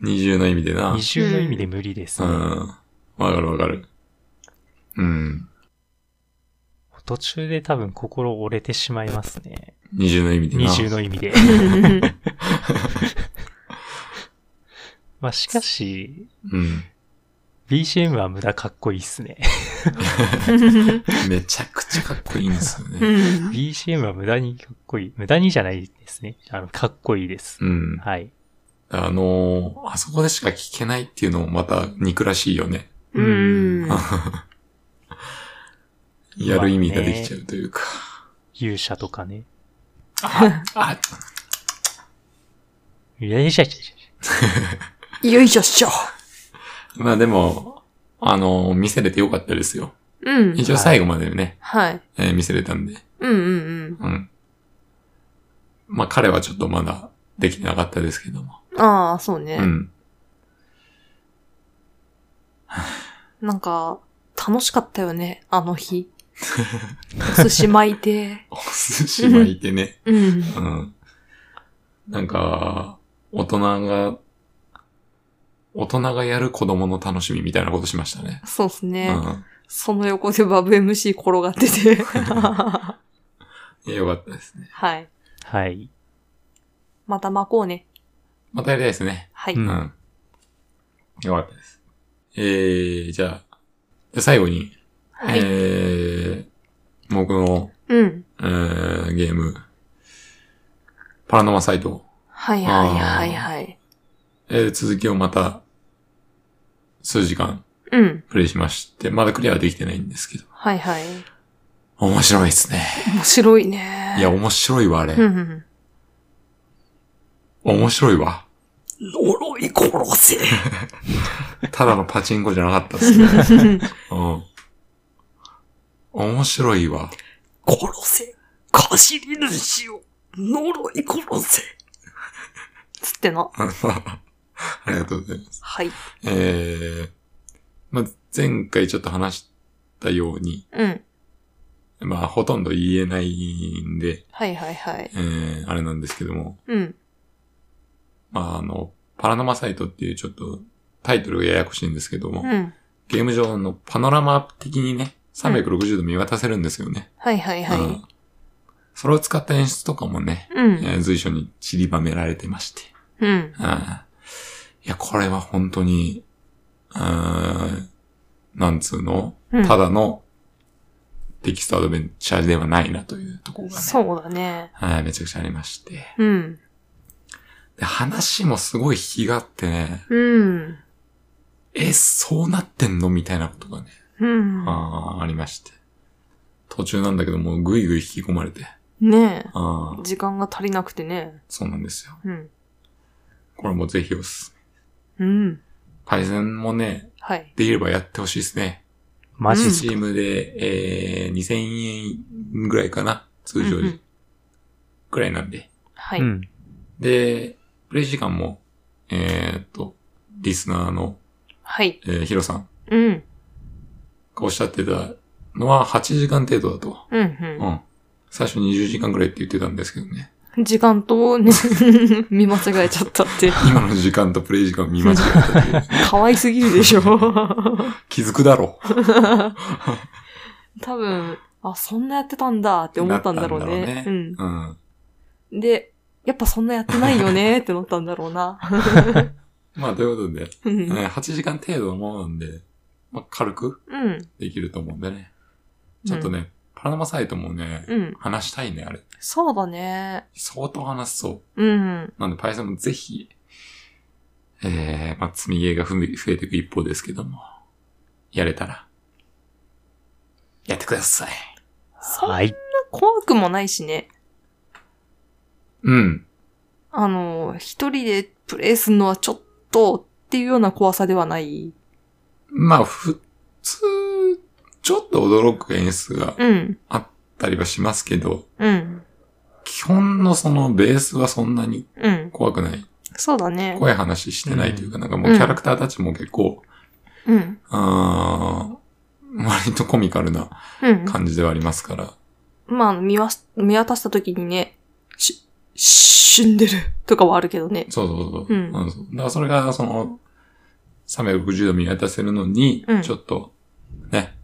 Speaker 1: 二重の意味でな。
Speaker 3: 二重の意味で無理です
Speaker 1: う
Speaker 3: ね。
Speaker 1: ん。わかるわかる。うん。
Speaker 3: 途中で多分心折れてしまいますね。
Speaker 1: 二重の意味でな。
Speaker 3: 二重の意味で。まあしかし、
Speaker 1: うん。
Speaker 3: BGM は無駄かっこいいっすね。
Speaker 1: めちゃくちゃかっこいいんですよ
Speaker 2: う
Speaker 1: ね。
Speaker 2: ん
Speaker 3: BGM は無駄にかっこいい。無駄にじゃないですね。あの、かっこいいです。
Speaker 1: うん。
Speaker 3: はい。
Speaker 1: あのーあそこでしか聞けないっていうのもまた憎らしいよね。
Speaker 2: うん。
Speaker 1: やる意味ができちゃうというか。
Speaker 3: 勇者とかね。
Speaker 1: あ、あ、
Speaker 3: いやいやいやいや
Speaker 2: よいしょっしょ。
Speaker 1: まあでも、あの、見せれてよかったですよ。
Speaker 2: うん。
Speaker 1: 一応最後までね、
Speaker 2: はい。
Speaker 1: えー見せれたんで。
Speaker 2: うんうん
Speaker 1: うん。まあ彼はちょっとまだできてなかったですけども。
Speaker 2: うん。ああ、そうね。
Speaker 1: うん。
Speaker 2: なんか、楽しかったよね、あの 日。お寿司巻いて。
Speaker 1: お寿司巻いてね。
Speaker 2: うん。
Speaker 1: うん。なんか、大人が、大人がやる子供の楽しみみたいなことしましたね。
Speaker 2: そうです
Speaker 1: う
Speaker 2: ね。
Speaker 1: ん。
Speaker 2: その横でバブ MC 転がって て。
Speaker 1: いやよかったですね。
Speaker 2: はい。
Speaker 3: はい。
Speaker 2: また巻こうね。
Speaker 1: またやりたいですね。
Speaker 2: はい。
Speaker 3: う
Speaker 1: うんん。よかったです。えー、じゃあ、じゃあ最後に、
Speaker 2: はい。
Speaker 1: えー、僕の、
Speaker 2: うん。
Speaker 1: えー、ゲーム、パラノマサイト、
Speaker 2: はいはいはいはい。
Speaker 1: えー、続きをまた、数時間
Speaker 2: うん。
Speaker 1: プレイしまして、まだクリアはできてないんですけど、
Speaker 2: はいはい。
Speaker 1: 面白いですね。
Speaker 2: 面白いね。
Speaker 1: いや、面白いわ、あれ。
Speaker 2: うんうん。
Speaker 1: 面白いわ。
Speaker 2: 呪い殺 せ。
Speaker 1: ただのパチンコじゃなかったっ すね。うん。面白いわ。
Speaker 2: 殺せ。かしり主を呪い殺せ。つってな。
Speaker 1: ありがとうございます。
Speaker 2: はい。
Speaker 1: えー、まあ、前回ちょっと話したように、
Speaker 2: うん。
Speaker 1: まあ、ほとんど言えないんで、
Speaker 2: はいはいはい。
Speaker 1: えー、あれなんですけども、
Speaker 2: うん。
Speaker 1: まあ、あの、パラノマサイトっていうちょっとタイトルがややこしいんですけども、
Speaker 2: うん。
Speaker 1: ゲーム上のパノラマ的にね、360度見渡せるんですよね。
Speaker 2: はいはいうはい。
Speaker 1: んそれを使った演出とかもね、
Speaker 2: う
Speaker 1: え
Speaker 2: ん。
Speaker 1: ー随所に散りばめられてまして。
Speaker 2: うん。
Speaker 1: うんいや、これは本当に、うんなんつうの、
Speaker 2: うん
Speaker 1: ただのテキストアドベンチャーではないなというところがね、
Speaker 2: そうだね。
Speaker 1: はい、めちゃくちゃありまして。
Speaker 2: うん。
Speaker 1: で話もすごい引きがあってね、
Speaker 2: うん。
Speaker 1: え、そうなってんのみたいなことがね、
Speaker 2: うん。
Speaker 1: あーありまして。途中なんだけども、ぐいぐい引き込まれて。
Speaker 2: ねえ。
Speaker 1: あー
Speaker 2: 時間が足りなくてね。
Speaker 1: そうなんですよ。
Speaker 2: うん。
Speaker 1: これもぜひおすすめ。
Speaker 2: うん。
Speaker 1: 改善もね、
Speaker 2: はい。
Speaker 1: できればやってほしいですね。
Speaker 3: マジっす
Speaker 1: チームで、えー、2000円ぐらいかな通常
Speaker 2: うんう
Speaker 1: で
Speaker 2: ん。
Speaker 1: ぐらいなんで。
Speaker 2: は
Speaker 3: か
Speaker 2: い。
Speaker 3: うん。
Speaker 1: で、プレイ時間も、えーっと、リスナーの、
Speaker 2: はい。
Speaker 1: えーヒロさん
Speaker 2: うん。
Speaker 1: がおっしゃってたのは8時間程度だと。
Speaker 2: うん
Speaker 1: うん。最初20時間ぐらいって言ってたんですけど ね。
Speaker 2: うん。時間と、ね、 見間違えちゃったって。
Speaker 1: 今の時間とプレイ時間を見間違えたっていう
Speaker 2: 可愛すぎるで しょ。
Speaker 1: 気づくだろう。
Speaker 2: 多分、あ、そんなやってたんだって思ったんだろうね。
Speaker 1: なったんだ
Speaker 2: う
Speaker 1: ろ
Speaker 2: ん。
Speaker 1: うん。
Speaker 2: で、やっぱそんなやってないよねってなったんだろうな。
Speaker 1: まあ、ということで、
Speaker 2: うん。
Speaker 1: ね、8時間程度のものなんで、まあ、軽く
Speaker 2: うん。
Speaker 1: できると思うんでね。ちょっとね、パラノマサイトもね、
Speaker 2: うん。
Speaker 1: 話したいね、あれ。
Speaker 2: そうだね。
Speaker 1: 相当話しそう。
Speaker 2: うん。
Speaker 1: なんで、パイセンもぜひ、えー、まあ、積みゲーが増え増えていく一方ですけども、やれたら、やってください。
Speaker 2: そんな
Speaker 3: はい。
Speaker 2: 怖くもないしね。
Speaker 1: うん。
Speaker 2: あの、一人でプレイするのはちょっとっていうような怖さではない。
Speaker 1: まあ、普通、ちょっと驚く演出が
Speaker 2: うん。
Speaker 1: あったりはしますけど、
Speaker 2: うん。
Speaker 1: 基本のそのベースはそんなに
Speaker 2: うん。
Speaker 1: 怖くない。
Speaker 2: そうだね。
Speaker 1: 怖い話してないというか、なんかもうキャラクターたちも結構、
Speaker 2: うん。
Speaker 1: あー割とコミカルな
Speaker 2: うん。
Speaker 1: 感じではありますから、
Speaker 2: まあ、見わす、見渡した時にね、し、死んでる とかはあるけどね。
Speaker 1: そうそうそう。
Speaker 2: うん
Speaker 1: そうだからそれが、その、360度見渡せるのに
Speaker 2: うん、
Speaker 1: ちょっと、ね、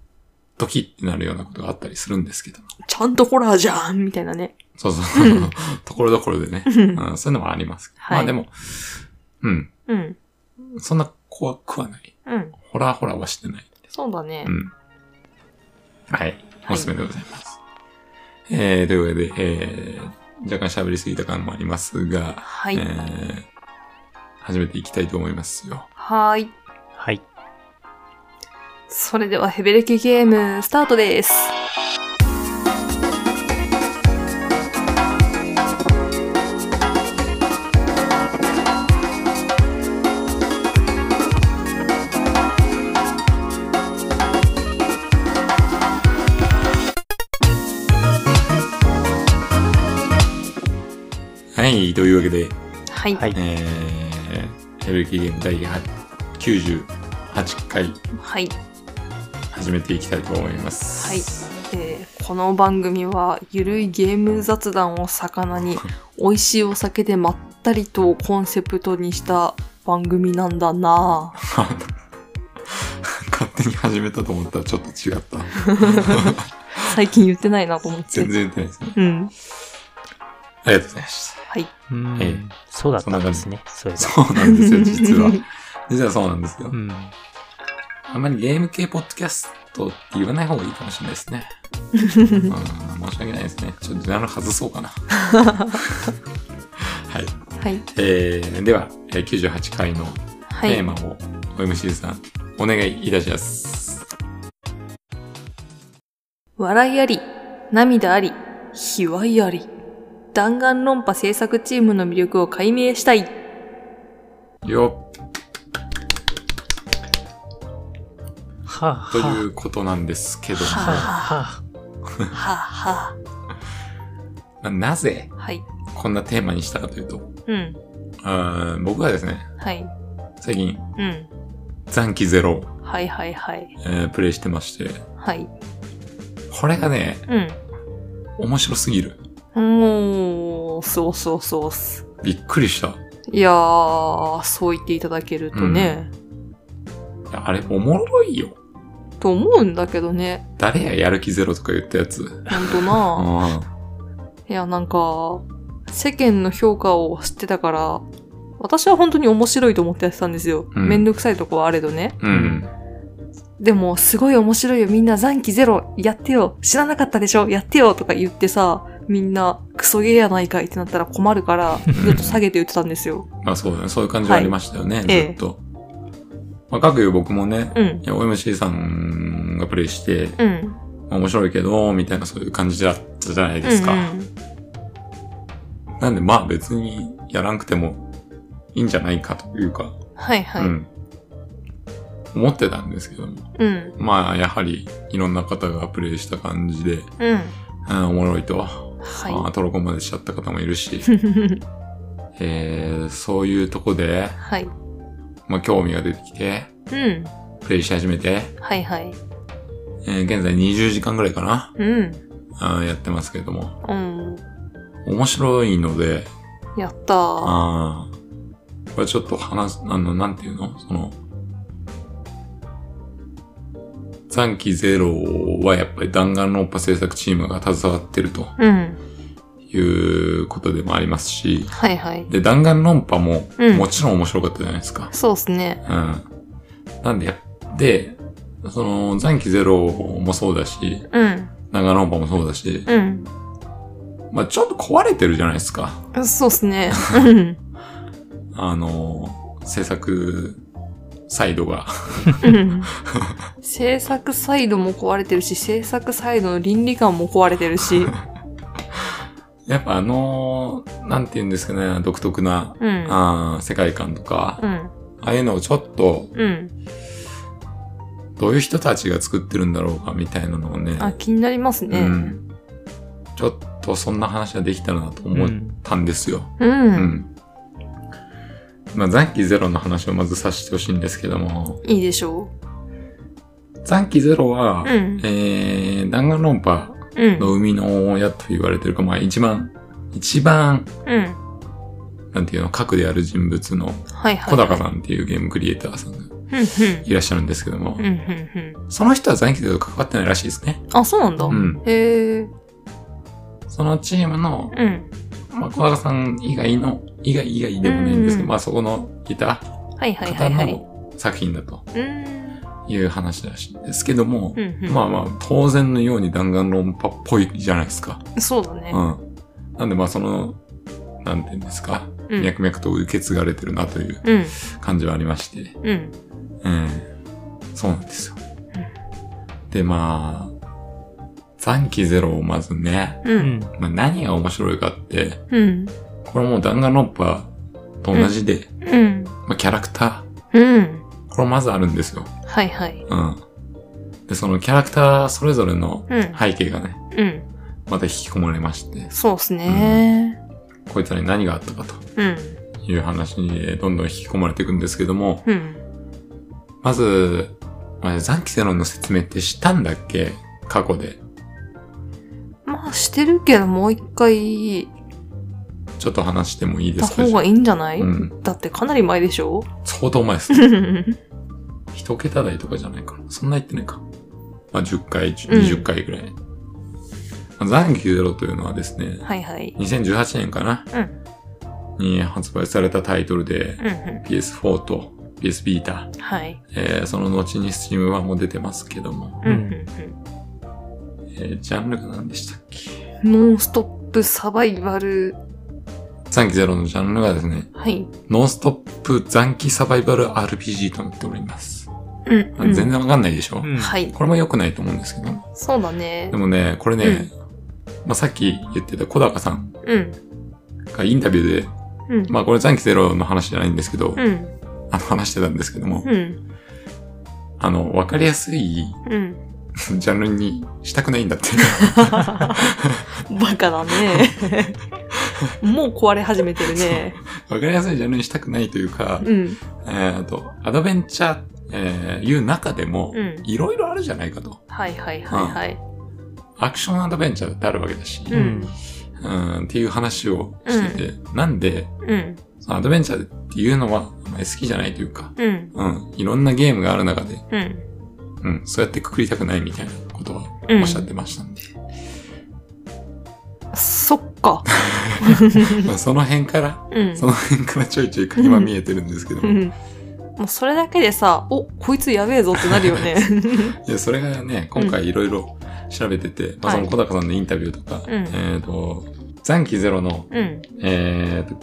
Speaker 1: ドキッってなるようなことがあったりするんですけど。
Speaker 2: ちゃんとホラーじゃんみたいなね。
Speaker 1: そうそう
Speaker 2: うん。
Speaker 1: ところどころでね
Speaker 2: う。ん。
Speaker 1: うん、そういうのもあります。
Speaker 2: はい
Speaker 1: まあでも、うん。
Speaker 2: うん。
Speaker 1: そんな怖くはない。
Speaker 2: うん。
Speaker 1: ホラーホラーはしてない。
Speaker 2: そうだね
Speaker 1: う。ん。はい。
Speaker 2: はい
Speaker 1: おすすめでございます。えー、というわけで、えー、若干喋りすぎた感もありますが、
Speaker 2: は
Speaker 1: え
Speaker 2: い。
Speaker 1: ー、始めていきたいと思いますよ。
Speaker 2: はーい。
Speaker 3: はい。
Speaker 2: それではヘベレケゲームスタートです。
Speaker 1: はい、というわけで、
Speaker 2: はい。
Speaker 3: はい。
Speaker 1: えー、ヘルキーゲーム第98回
Speaker 2: はい。
Speaker 1: 始めていきたいと思います。
Speaker 2: はいえーこの番組はゆるいゲーム雑談を 魚に美味しいお酒でまったりとをコンセプトにした番組なんだなぁ
Speaker 1: 勝手に始めたと思ったらちょっと違った。
Speaker 2: 最近言ってないなと思って
Speaker 1: 全。然言ってないですね。
Speaker 2: うん。
Speaker 1: ありがとうございまし
Speaker 2: はい。
Speaker 3: うん、
Speaker 1: ええ
Speaker 3: そうだったんですね。そういえ
Speaker 1: た。
Speaker 3: ば。
Speaker 1: そうなんですよ、実は。実はそうなんですよ。
Speaker 3: うん。
Speaker 1: あんまりゲーム系ポッドキャストって言わない方がいいかもしれないですね。うん、申し訳ないですね。ちょっとジャンル外そうかな。はい。
Speaker 2: はい。
Speaker 1: えー、では、えー98回の
Speaker 2: は
Speaker 1: テー
Speaker 2: い。
Speaker 1: マを OMC さん、お願いいたします。
Speaker 2: 笑いあり、涙あり、卑猥あり。弾丸論破制作チームの魅力を解明した い。
Speaker 1: よ
Speaker 3: はあ、
Speaker 1: っとい
Speaker 3: は
Speaker 1: うことなんですけども、
Speaker 3: あ、はあ、は
Speaker 2: はぁは
Speaker 1: まあなぜ
Speaker 2: ぁ。はい。
Speaker 1: こんなテーマにしたかというと、
Speaker 2: うん。
Speaker 1: あー僕はですね、
Speaker 2: はい。
Speaker 1: 最近、
Speaker 2: うん。
Speaker 1: 残機ゼロを、
Speaker 2: はいはいはい。
Speaker 1: えープレイしてまして、
Speaker 2: はい。
Speaker 1: これがね、
Speaker 2: うん。
Speaker 1: 面白すぎる。
Speaker 2: おー、そうそうそうっす。
Speaker 1: びっくりした。い
Speaker 2: いやー、そう言っていただけるとね、
Speaker 1: やあれ、おもろいよ。
Speaker 2: と思うんだけどね。
Speaker 1: 誰ややる気ゼロとか言ったやつ。うん。
Speaker 2: ほんとな。いや、なんか、世間の評価を知ってたから、私は本当に面白いと思ってやってたんですよ。
Speaker 1: うん
Speaker 2: めんどくさいとこはあれどね。
Speaker 1: うん。
Speaker 2: でも、すごい面白いよ。みんな残機ゼロ、やってよ。知らなかったでしょやってよ。とか言ってさ、みんな、クソゲーやないかいってなったら困るから、ずっと下げて言ってたんですよ。
Speaker 1: まあそうだね。そういう感じはありましたよね、
Speaker 2: い
Speaker 1: ずっと。まあ、各言う僕もね、
Speaker 2: うん
Speaker 1: い。や、OMC さんがプレイして、
Speaker 2: うん。
Speaker 1: まあ面白いけど、みたいなそういう感じだったじゃないですか。
Speaker 2: うんうん
Speaker 1: なんで、まあ別にやらなくてもいいんじゃないかというか、
Speaker 2: はいはい。
Speaker 1: うん。思ってたんですけども。
Speaker 2: うん。
Speaker 1: まあ、やはり、いろんな方がプレイした感じで、
Speaker 2: うん。
Speaker 1: うん、おもろいと。ま
Speaker 2: は
Speaker 1: あ、トロコまでしちゃった方もいる し、
Speaker 2: い。
Speaker 1: えー、そういうとこで、
Speaker 2: はい。
Speaker 1: まあ、興味が出てきて、
Speaker 2: うん。
Speaker 1: プレイし始めて、
Speaker 2: はいはい。
Speaker 1: えー現在20時間ぐらいかな
Speaker 2: うん。
Speaker 1: あーやってますけれども。
Speaker 2: うん。
Speaker 1: 面白いので、
Speaker 2: やったー。
Speaker 1: ああ、これちょっと話す、あの、なんていうのその、残機ゼロはやっぱり弾丸論破制作チームが携わってると
Speaker 2: うん。
Speaker 1: いうことでもありますし、
Speaker 2: はいはい。
Speaker 1: で、弾丸論破も
Speaker 2: うん
Speaker 1: もちろん面白かったじゃないですか。
Speaker 2: そうっすね。
Speaker 1: うん。なんでや、で、その、残機ゼロもそうだし、
Speaker 2: うん。
Speaker 1: 弾丸論破もそうだし、
Speaker 2: うん。
Speaker 1: まあちょっと壊れてるじゃないですか。
Speaker 2: そうっすね。うん。
Speaker 1: あの、制作サイドが。
Speaker 2: うん制作サイドも壊れてるし、制作サイドの倫理観も壊れてるし。
Speaker 1: やっぱあのーなんて言うんですかね、独特な、
Speaker 2: うん。
Speaker 1: あー世界観とか、
Speaker 2: う
Speaker 1: あ
Speaker 2: ん。
Speaker 1: あいうのをちょっと、
Speaker 2: うん。
Speaker 1: どういう人たちが作ってるんだろうか、みたいなのをね、
Speaker 2: あ、気になります
Speaker 1: う
Speaker 2: ね。うん。
Speaker 1: ん、ちょっとそんな話ができたらなと
Speaker 3: あ。
Speaker 1: 思ったんですよ。
Speaker 2: う
Speaker 1: うん。
Speaker 2: ん。
Speaker 1: まあ、残機ゼロの話をまずさせてほしいんですけども、
Speaker 2: いいでしょ
Speaker 1: 残機ゼロは、
Speaker 2: う。うん。
Speaker 1: えー、弾丸論破
Speaker 2: うん。
Speaker 1: の生みの親と言われてるか、まあ一番、一番、
Speaker 2: うん。
Speaker 1: なんていうの、核である人物の
Speaker 2: はいはい。
Speaker 1: 小高さんっていうゲームクリエイターさんが
Speaker 2: うん。うん。
Speaker 1: いらっしゃるんですけども
Speaker 2: うん。う、ん。うん。
Speaker 1: その人は残機ゼロと関わってないらしいですね。
Speaker 2: あ、そうなんだ
Speaker 1: う。ん。
Speaker 2: へえ。
Speaker 1: そのチームの、
Speaker 2: うん。
Speaker 1: まあ、小高さん以外の、以外以外でもないんですけど、
Speaker 2: うん
Speaker 1: まあそこのいた
Speaker 2: はいはいは
Speaker 1: 方
Speaker 2: いはい。
Speaker 1: の作品だと
Speaker 2: うん。
Speaker 1: いう話らしいんですけども
Speaker 2: う、ん。うん
Speaker 1: まあまあ当然のように弾丸論破っぽいじゃないですか。
Speaker 2: そうだね
Speaker 1: う。ん。なんでまあその、なんていうんですか、
Speaker 2: うん。
Speaker 1: 脈々と受け継がれてるなという
Speaker 2: うん。
Speaker 1: 感じはありまして。
Speaker 2: うん。
Speaker 1: うん。そうなんですよ。で、まあ、残機ゼロをまずね、
Speaker 2: う。
Speaker 3: うんん。
Speaker 1: まあ、何が面白いかって、
Speaker 2: うん。
Speaker 1: これもう弾丸論破と同じで、
Speaker 2: うん。
Speaker 1: まあ、キャラクタ
Speaker 2: うん。
Speaker 1: ー、これまずあるんですよ。
Speaker 2: はいはい。
Speaker 1: うん。で、そのキャラクターそれぞれの
Speaker 2: うん。
Speaker 1: 背景がね、
Speaker 2: うん。
Speaker 1: また引き込まれまして、
Speaker 2: そうっすね。
Speaker 1: こいつらに何があったかと
Speaker 2: うん。
Speaker 1: いう話にどんどん引き込まれていくんですけども、
Speaker 2: うん。
Speaker 1: まず、まあ残機ゼロの説明ってしたんだっけ過去で。
Speaker 2: まあ、してるけど、もう一回、
Speaker 1: ちょっと話してもいいで
Speaker 2: た
Speaker 1: すか
Speaker 2: 方がいいんじゃない、
Speaker 1: うん。
Speaker 2: だってかなり前でしょ
Speaker 1: 相当前です
Speaker 2: う。ん。
Speaker 1: 一桁台とかじゃないかな。そんな言ってないか。まあ、10回、
Speaker 2: うん
Speaker 1: 20回ぐらい。まあ残機ゼロというのはですね、
Speaker 2: はいはい。
Speaker 1: 2018年かな、に発売されたタイトルで
Speaker 2: う、んう
Speaker 1: PS4 と PS ビータ、
Speaker 2: ん。はい。
Speaker 1: えーその後に Steam 版も出てますけども、
Speaker 2: うんん
Speaker 1: えージャンルが何でしたっけ
Speaker 2: うんうん。ノンストップサバイバル。
Speaker 1: 残機ゼロのジャンルがですね、
Speaker 2: はい。
Speaker 1: ノンストップ残機サバイバル RPG となっております。
Speaker 2: うん、うん。
Speaker 1: 全然わかんないでしょ、
Speaker 3: うん
Speaker 2: はい。
Speaker 1: これも良くないと思うんですけど。
Speaker 2: そうだね
Speaker 1: で。もね、これね、
Speaker 2: うん
Speaker 1: まあ、さっき言ってた小高さん
Speaker 2: うん。
Speaker 1: がインタビューで、
Speaker 2: うん。
Speaker 1: まあこれ残機ゼロの話じゃないんですけど、
Speaker 2: うん。
Speaker 1: あの話してたんですけども、
Speaker 2: うん。
Speaker 1: あの、わかりやすい
Speaker 2: うん。
Speaker 1: ジャンルにしたくないん だって。
Speaker 2: バカ だね。もう壊れ始めてるね。
Speaker 1: わかりやすいジャンルにしたくないというか、
Speaker 2: うん。
Speaker 1: えーと、アドベンチャー、えーいう中でも、
Speaker 2: うん。
Speaker 1: いろいろあるじゃないかと。
Speaker 2: はいはいはいはい。
Speaker 1: アクションアドベンチャーだってあるわけだし、
Speaker 2: うん
Speaker 1: うんっていう話をしてて、なんで、
Speaker 2: うん。
Speaker 1: そのアドベンチャーっていうのはあんまり好きじゃないというか、
Speaker 2: うん。
Speaker 1: うん、いろんなゲームがある中で、
Speaker 2: うん。
Speaker 1: うん、そうやってくくりたくないみたいなことは
Speaker 2: うん
Speaker 1: おっしゃってましたんで、
Speaker 2: そっか。
Speaker 1: まあその辺から、
Speaker 2: う ん。
Speaker 1: その辺からちょいちょい垣間見えてるんですけど
Speaker 2: う
Speaker 1: も、
Speaker 2: ん。もうそれだけでさ、お、こいつやべえぞってなるよ ね。
Speaker 1: いや、それがね、今回いろいろ調べてて、まあ、
Speaker 2: は
Speaker 1: そ
Speaker 2: い
Speaker 1: の小高さんのインタビューとか、
Speaker 2: うん
Speaker 1: えっ、と、残機ゼロの、
Speaker 2: うん。
Speaker 1: えーと、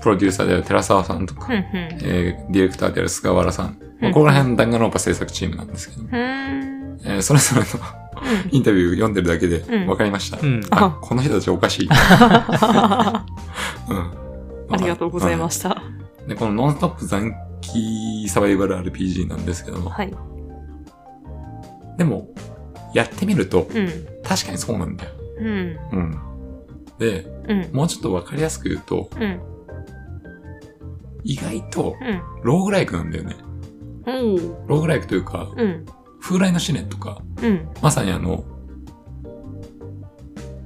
Speaker 1: プロデューサーである寺澤さんとか、
Speaker 2: うん。
Speaker 1: えーディレクターである菅原さん、
Speaker 2: う
Speaker 1: まあ、
Speaker 2: ん。
Speaker 1: ここら辺弾丸論破制作チームなんですけど、
Speaker 2: うーん。
Speaker 1: えーそれぞ れのインタビュー読んでるだけで
Speaker 2: うん
Speaker 1: 分かりました。
Speaker 3: うん。
Speaker 1: あ、この人たちおかしい。うん。
Speaker 2: ありがとうございますした。
Speaker 1: うんで、このノンストップ残機サバイバル RPG なんですけども、
Speaker 2: はい。
Speaker 1: でも、やってみると、
Speaker 2: うん。
Speaker 1: 確かにそうなんだよ。
Speaker 2: うん。
Speaker 1: うん。で、
Speaker 2: うん。
Speaker 1: もうちょっとわかりやすく言うと、
Speaker 2: うん。
Speaker 1: 意外と、
Speaker 2: うん。
Speaker 1: ローグライクなんだよね。
Speaker 2: うん。
Speaker 1: ローグライクというか、
Speaker 2: うん。
Speaker 1: 風来の試練とか、
Speaker 2: うん。
Speaker 1: まさにあの、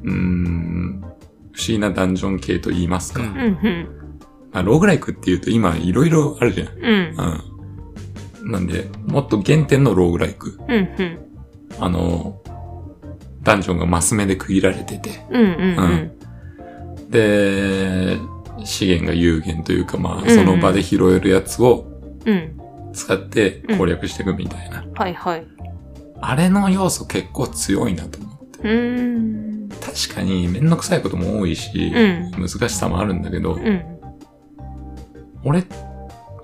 Speaker 1: うーん、不思議なダンジョン系と言いますか。
Speaker 3: うん
Speaker 2: うん。
Speaker 1: まあ、ローグライクっていうと今いろいろあるじゃん。
Speaker 2: うん。
Speaker 1: うん。なんで、もっと原点のローグライク。
Speaker 2: うん。
Speaker 1: あの、ダンジョンがマス目で区切られてて、
Speaker 2: うん。うん。
Speaker 1: で、資源が有限というか、ま
Speaker 2: うん
Speaker 1: あ、その場で拾えるやつを
Speaker 2: うん。
Speaker 1: 使って攻略していくみたいな。
Speaker 2: はいはい。う
Speaker 1: あれの要素結構強いなと思って。
Speaker 2: ーん。
Speaker 1: 確かにめんどくさいことも多いし、
Speaker 2: う
Speaker 1: 難
Speaker 2: ん
Speaker 1: しさもあるんだけど、
Speaker 2: うん。
Speaker 1: 俺、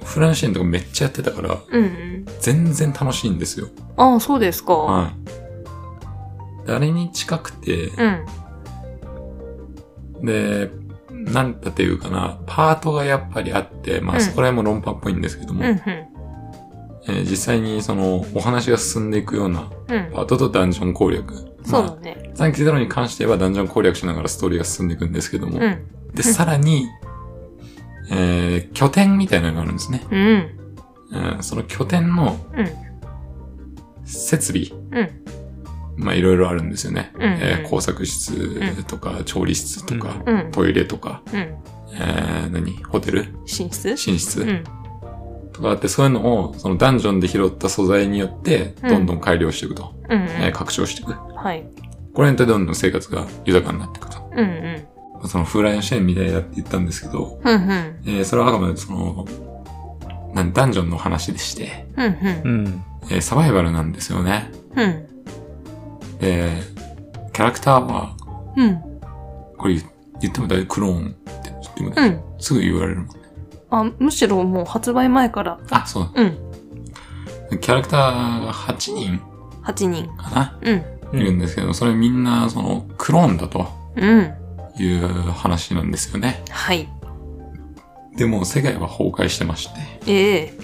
Speaker 1: フランシェンとかめっちゃやってたから、
Speaker 2: うん。
Speaker 1: 全然楽しいんですよ。
Speaker 2: ああ、そうですか。
Speaker 1: はい。であれに近くて、
Speaker 2: うん。
Speaker 1: で、なんだっていうかな、パートがやっぱりあって、ま
Speaker 2: う
Speaker 1: あ
Speaker 2: ん
Speaker 1: そこら辺も論破っぽいんですけども、
Speaker 2: うん。
Speaker 1: えー実際にそのお話が進んでいくような
Speaker 2: うん。うん。
Speaker 1: パートとダンジョン攻略。
Speaker 2: そう
Speaker 1: ま
Speaker 2: だね。
Speaker 1: あ、残機ゼロに関してはダンジョン攻略しながらストーリーが進んでいくんですけども、
Speaker 2: うん。
Speaker 1: で、さらに、えー拠点みたいなのがあるんですね。
Speaker 2: うん。
Speaker 1: うん、その拠点の
Speaker 2: うん。
Speaker 1: 設備、
Speaker 2: うん。
Speaker 1: まあいろいろあるんですよね。
Speaker 2: うんうん
Speaker 1: えー工作室とか、調理室とか、
Speaker 2: うん。
Speaker 1: トイレとか、
Speaker 2: うん。
Speaker 1: えー何ホテル
Speaker 2: 寝室
Speaker 1: 寝室、
Speaker 2: うん。
Speaker 1: とかあって、そういうのを、そのダンジョンで拾った素材によって、
Speaker 2: うん
Speaker 1: どんどん改良していくと。
Speaker 2: うん。
Speaker 1: えー拡張していく。
Speaker 2: はい。
Speaker 1: これによってどんどん生活が豊かになっていくと。
Speaker 2: うんうん。
Speaker 1: その風来の支援みたいだって言ったんですけど、
Speaker 2: うんうん。
Speaker 1: えーそれはあくまでその、なんダンジョンの話でして、
Speaker 2: うん
Speaker 3: う
Speaker 2: うん。
Speaker 3: ん。
Speaker 1: えーサバイバルなんですよね。
Speaker 2: うん。
Speaker 1: で、キャラクターは、
Speaker 2: うん。
Speaker 1: これ言っても大丈夫、クローンって言っても大
Speaker 2: う
Speaker 1: 丈
Speaker 2: ん。
Speaker 1: 夫すぐ言われるもんね。
Speaker 2: あ、むしろもう発売前から。
Speaker 1: あ、そう。
Speaker 2: うん。
Speaker 1: キャラクターが8人
Speaker 2: 8人。
Speaker 1: かな、
Speaker 2: うん。
Speaker 3: うん
Speaker 1: いるんですけど、それみんな、その、クローンだと
Speaker 2: うん。
Speaker 1: いう話なんですよね。
Speaker 2: はい。
Speaker 1: でも、世界は崩壊してまして、
Speaker 2: ええ。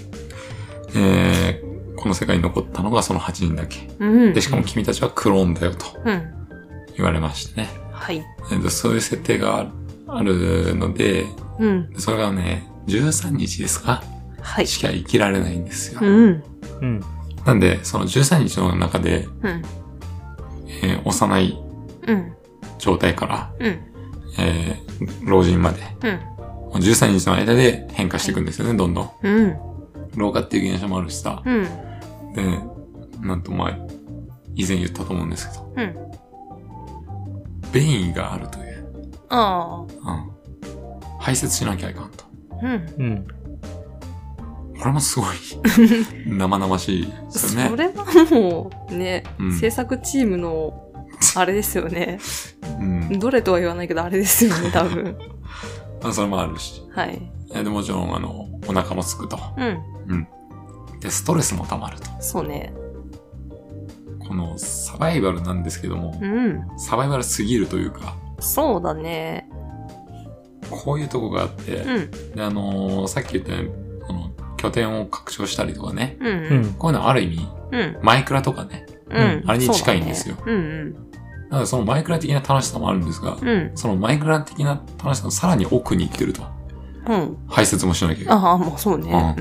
Speaker 1: えー、この世界に残ったのがその8人だけ。
Speaker 2: うん
Speaker 1: で、。しかも君たちはクローンだよと
Speaker 2: うん。
Speaker 1: 言われましてね。
Speaker 2: はい。
Speaker 1: えーとそういう設定があるので、
Speaker 2: うん。
Speaker 1: それがね、13日ですか
Speaker 2: はい。
Speaker 1: しか生きられないんですよ
Speaker 2: う。ん。
Speaker 3: うん。
Speaker 1: なんで、その13日の中で、
Speaker 2: うん。
Speaker 1: えー幼い
Speaker 2: うん。
Speaker 1: 状態から、
Speaker 2: うん。
Speaker 1: えー老人まで、
Speaker 2: うん。
Speaker 1: 13日の間で変化していくんですよね、どんどん。
Speaker 2: うん。
Speaker 1: 老化っていう現象もあるしさ。
Speaker 2: うん。
Speaker 1: で、なんとまあ、以前言ったと思うんですけど、
Speaker 2: うん。
Speaker 1: 便意があるという。
Speaker 2: あ
Speaker 1: うん。排泄しなきゃいかんと。
Speaker 2: あ。うん。
Speaker 3: うん。
Speaker 1: これもすご い、生々しいですよ
Speaker 2: そ
Speaker 1: ね。
Speaker 2: れはもう、ね、
Speaker 1: うん
Speaker 2: 制作チームの、あれですよね。
Speaker 1: うん。
Speaker 2: どれとは言わないけど、あれですよね、多 分。
Speaker 1: まあ、それもあるし。
Speaker 2: はい。
Speaker 1: えーで、もちろん、あの、お腹もすくと。
Speaker 2: うん。
Speaker 1: で、ストレスも溜まると。
Speaker 2: そうね。
Speaker 1: このサバイバルなんですけども、
Speaker 2: うん。
Speaker 1: サバイバルすぎるというか、
Speaker 2: そうだね。
Speaker 1: こういうとこがあって、
Speaker 2: うん。
Speaker 1: で、あのーさっき言ったように、この、拠点を拡張したりとかね、
Speaker 2: う。
Speaker 3: うんん。
Speaker 1: こういうのはある意味、
Speaker 2: うん。
Speaker 1: マイクラとかね、
Speaker 2: うん。
Speaker 1: あれに近いんですよ
Speaker 2: そうだねうん
Speaker 1: なのでそのマイクラ的な楽しさもあるんですが、
Speaker 2: うん。うん。
Speaker 1: そのマイクラ的な楽しさのさらに奥に行ってると。
Speaker 2: うん。
Speaker 1: 排泄もしなきゃいけない。
Speaker 2: ああ、まあそうね。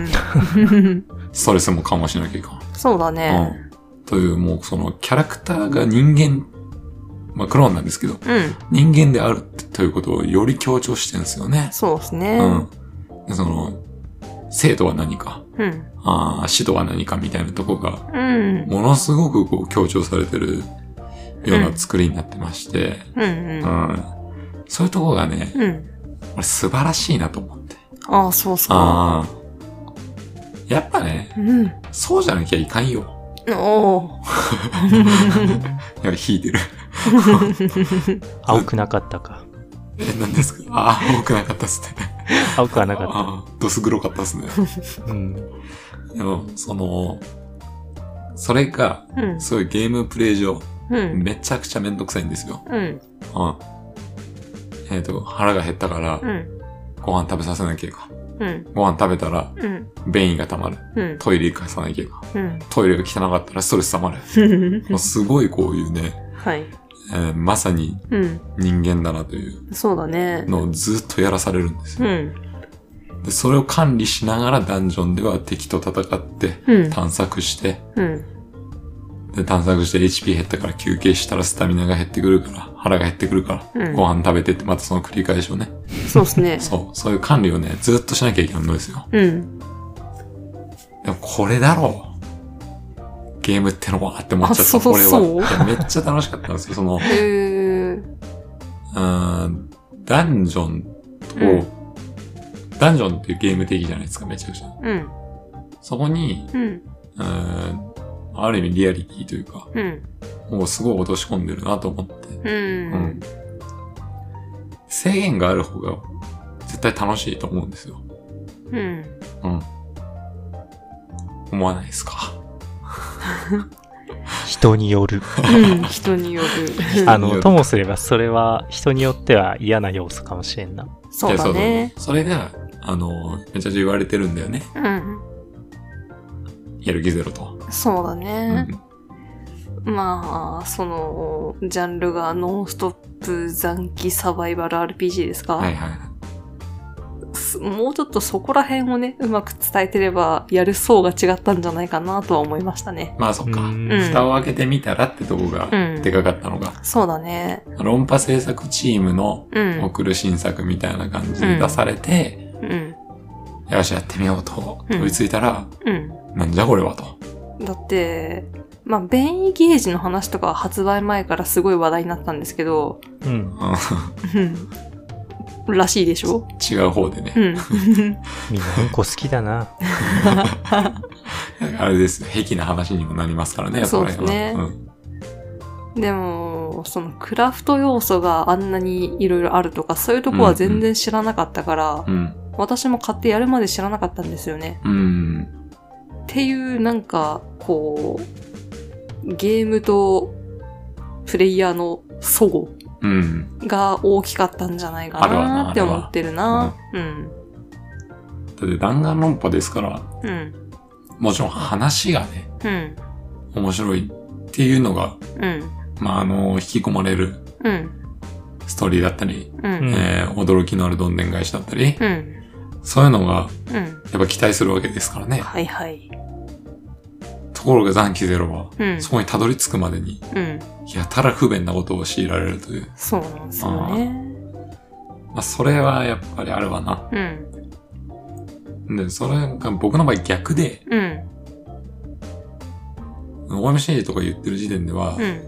Speaker 1: う
Speaker 2: うん。
Speaker 1: ストレスも緩和しなきゃいけない。
Speaker 2: そうだね。
Speaker 1: という、もうそのキャラクターが人間、まあクローンなんですけど、
Speaker 2: うん。
Speaker 1: 人間であるということをより強調してるんですよね。
Speaker 2: そうですね。
Speaker 1: うん。でその、生とは何か、
Speaker 2: うん。
Speaker 1: あー死とは何かみたいなとこが、
Speaker 2: うん。
Speaker 1: ものすごくこう強調されてるような作りになってまして、
Speaker 2: うん。う。
Speaker 1: うんそういうとこがね、
Speaker 2: うん。
Speaker 1: 俺素晴らしいなと思って。
Speaker 2: ああ、そうっすか。
Speaker 1: ああ。やっぱね、
Speaker 2: うん。
Speaker 1: そうじゃなきゃいかんよ。
Speaker 2: おお。
Speaker 1: いや、引いてる。
Speaker 3: 青くなかったか。
Speaker 1: え、何ですか ああ、多くなかったっすね。
Speaker 3: 青くはなか
Speaker 1: ああ、どす黒かったっすね。
Speaker 3: った。うん。
Speaker 1: でも、その、それが、
Speaker 2: うん。
Speaker 1: すごいゲームプレイ上、
Speaker 2: うん。
Speaker 1: めちゃくちゃめんどくさいんですよ。
Speaker 2: うん。
Speaker 1: うん。えっ、と、腹が減ったから
Speaker 2: う、ん。
Speaker 1: ご飯食べさせなきゃいかん。
Speaker 2: うん。
Speaker 1: ご飯食べたら、
Speaker 2: うん。
Speaker 1: 便意が溜まる。
Speaker 2: うん。
Speaker 1: トイレ行かさなきゃいかん。
Speaker 2: うん。
Speaker 1: トイレが汚かったらストレス溜ま る。もうすごいこういうね、
Speaker 2: はい。
Speaker 1: えーまさに
Speaker 2: うん。
Speaker 1: 人間だなという
Speaker 2: そうだね。
Speaker 1: のをずっとやらされるんです
Speaker 2: う
Speaker 1: よ。
Speaker 2: ん。
Speaker 1: でそれを管理しながらダンジョンでは敵と戦って、
Speaker 2: うん。
Speaker 1: 探索して、
Speaker 2: うん。
Speaker 1: で探索して HP 減ったから休憩したらスタミナが減ってくるから、腹が減ってくるか
Speaker 2: う
Speaker 1: ら、
Speaker 2: ん
Speaker 1: ご飯食べてって、またその繰り返しをね、
Speaker 2: そうっすね。
Speaker 1: そう、そういう管理をね、ずっとしなきゃいけないのですよ。
Speaker 2: うん。
Speaker 1: でもこれだろう。ゲームってのはって思っちゃった、
Speaker 2: あそう
Speaker 1: 俺は。
Speaker 2: そ
Speaker 1: い
Speaker 2: う
Speaker 1: やめっちゃ楽しかったんですよ、その、
Speaker 2: えー。
Speaker 1: うーんダンジョン
Speaker 2: うん
Speaker 1: を、ダンジョンっていうゲーム的じゃないですか、めちゃくちゃ。
Speaker 2: うん。
Speaker 1: そこに、
Speaker 2: うん。
Speaker 1: うーん、ある意味リアリティというか、
Speaker 2: うん。
Speaker 1: もうすごい落とし込んでるなと思って。
Speaker 2: うん。
Speaker 1: 制限がある方が絶対楽しいと思うんですよ。
Speaker 2: うん。
Speaker 1: うん。思わないですか。
Speaker 3: 人による。
Speaker 2: うん。人によ る。
Speaker 3: あ
Speaker 1: 人によ
Speaker 3: の、
Speaker 1: る
Speaker 3: ともすればそれは人によっては嫌な要素かもしれんな。
Speaker 2: そうだね。
Speaker 1: それが、あの、めちゃくちゃ言われてるんだよね。
Speaker 2: うん。
Speaker 1: やる気ゼロと。
Speaker 2: そうだ
Speaker 1: う
Speaker 2: ね。
Speaker 1: ん。
Speaker 2: まあ、その、ジャンルがノンストップ残機サバイバル RPG ですか、
Speaker 1: はいはい。
Speaker 2: すもうちょっとそこら辺をね、うまく伝えてれば、やる層が違ったんじゃないかなとは思いましたね。
Speaker 1: まあそっか。
Speaker 3: うん
Speaker 1: 蓋を開けてみたらってとこが
Speaker 2: うん
Speaker 1: でかかったのが、
Speaker 2: そうだね。
Speaker 1: 論破制作チームの
Speaker 2: うん。
Speaker 1: 送る新作みたいな感じで出されて、
Speaker 2: うん。
Speaker 1: よしやってみようと
Speaker 2: うん
Speaker 1: 飛びついたら、
Speaker 2: う
Speaker 1: なんじゃこれはと。
Speaker 2: ん。だって、まあ、便宜ゲージの話とかは発売前からすごい話題になったんですけど、
Speaker 3: うん。
Speaker 1: うん
Speaker 2: うん。らしいでしょ
Speaker 1: 違う方でね
Speaker 2: う。 ん。
Speaker 3: みんなうんこ好きだな。
Speaker 1: あれです。癖な話にもなりますからね、
Speaker 2: そうですね
Speaker 1: それはうん
Speaker 2: でも、そのクラフト要素があんなにいろいろあるとか、そういうとこは全然知らなかったから、
Speaker 1: うん。
Speaker 2: 私も買ってやるまで知らなかったんですよね。
Speaker 1: うん。
Speaker 2: っていう、なんか、こう、ゲームとプレイヤーの齟齬
Speaker 1: うん。
Speaker 2: が大きかったんじゃないか
Speaker 1: あるわな
Speaker 2: なって思ってるな。うん。
Speaker 1: だって弾丸論破ですから、
Speaker 2: うん。
Speaker 1: もちろん話がね、
Speaker 2: うん。
Speaker 1: 面白いっていうのが、
Speaker 2: うん。
Speaker 1: まあ、あの、引き込まれる
Speaker 2: うん。
Speaker 1: ストーリーだったり、
Speaker 2: うん。
Speaker 1: えー驚きのあるどんでん返しだったり、
Speaker 2: うん。
Speaker 1: そういうのが
Speaker 2: うん。
Speaker 1: やっぱ期待するわけですからね。
Speaker 2: はいはい。
Speaker 1: ところが残機ゼロは、
Speaker 2: うん。
Speaker 1: そこにたどり着くまでに、
Speaker 2: うん。
Speaker 1: やたら不便なことを強いられるという。
Speaker 2: そうなんですよね。
Speaker 1: まあ、それはやっぱりあるわな。
Speaker 2: うん。
Speaker 1: で、それが僕の場合逆で、
Speaker 2: うん。
Speaker 1: OMC とか言ってる時点では、
Speaker 2: うん。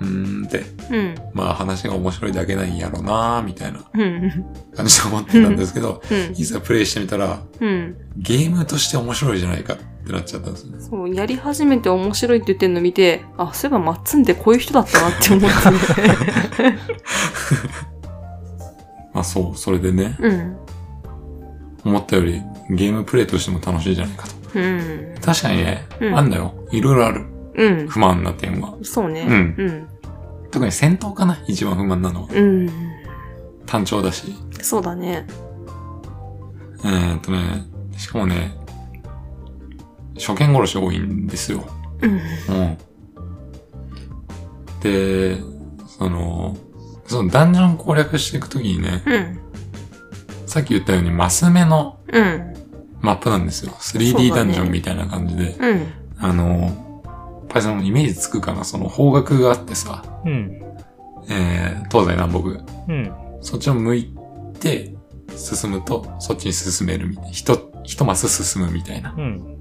Speaker 1: うーんって、
Speaker 2: うん。
Speaker 1: まあ話が面白いだけなんやろなみたいな
Speaker 2: うん。
Speaker 1: 感じで思ってたんですけど、
Speaker 2: うん。
Speaker 1: いざプレイしてみたら、
Speaker 2: うん。
Speaker 1: ゲームとして面白いじゃないかってなっちゃったんですね。
Speaker 2: そう、やり始めて面白いって言ってるの見て、あ、そういえばマッツンってこういう人だったなって思って。
Speaker 1: まあそう、それでね、
Speaker 2: うん。
Speaker 1: 思ったよりゲームプレイとしても楽しいじゃないかと。
Speaker 2: うん。
Speaker 1: 確かにね、
Speaker 2: うん
Speaker 1: あんだよ。いろいろある。
Speaker 2: うん。
Speaker 1: 不満な点は。
Speaker 2: そうね。。
Speaker 1: うん特に戦闘かな一番不満なのは。
Speaker 2: うん。
Speaker 1: 単調だし。
Speaker 2: そうだね。
Speaker 1: えー、っとね、しかもね、初見殺し多いんですよ。
Speaker 2: うん。
Speaker 1: うん。で、その、そのダンジョン攻略していくときにね、
Speaker 2: うん。
Speaker 1: さっき言ったようにマス目の
Speaker 2: うん。
Speaker 1: マップなんですよ。
Speaker 2: そう
Speaker 1: 3D
Speaker 2: だ
Speaker 1: ダ
Speaker 2: ね
Speaker 1: ンジョンみたいな感じで。
Speaker 2: うん。
Speaker 1: あの、やっぱりそのイメージつくかなその方角があってさ、
Speaker 3: うん。
Speaker 1: えー、東西南北。
Speaker 3: うん。
Speaker 1: そっちを向いて進むと、そっちに進めるみたいな。ひと、ひとマス進むみたいな。
Speaker 3: うん。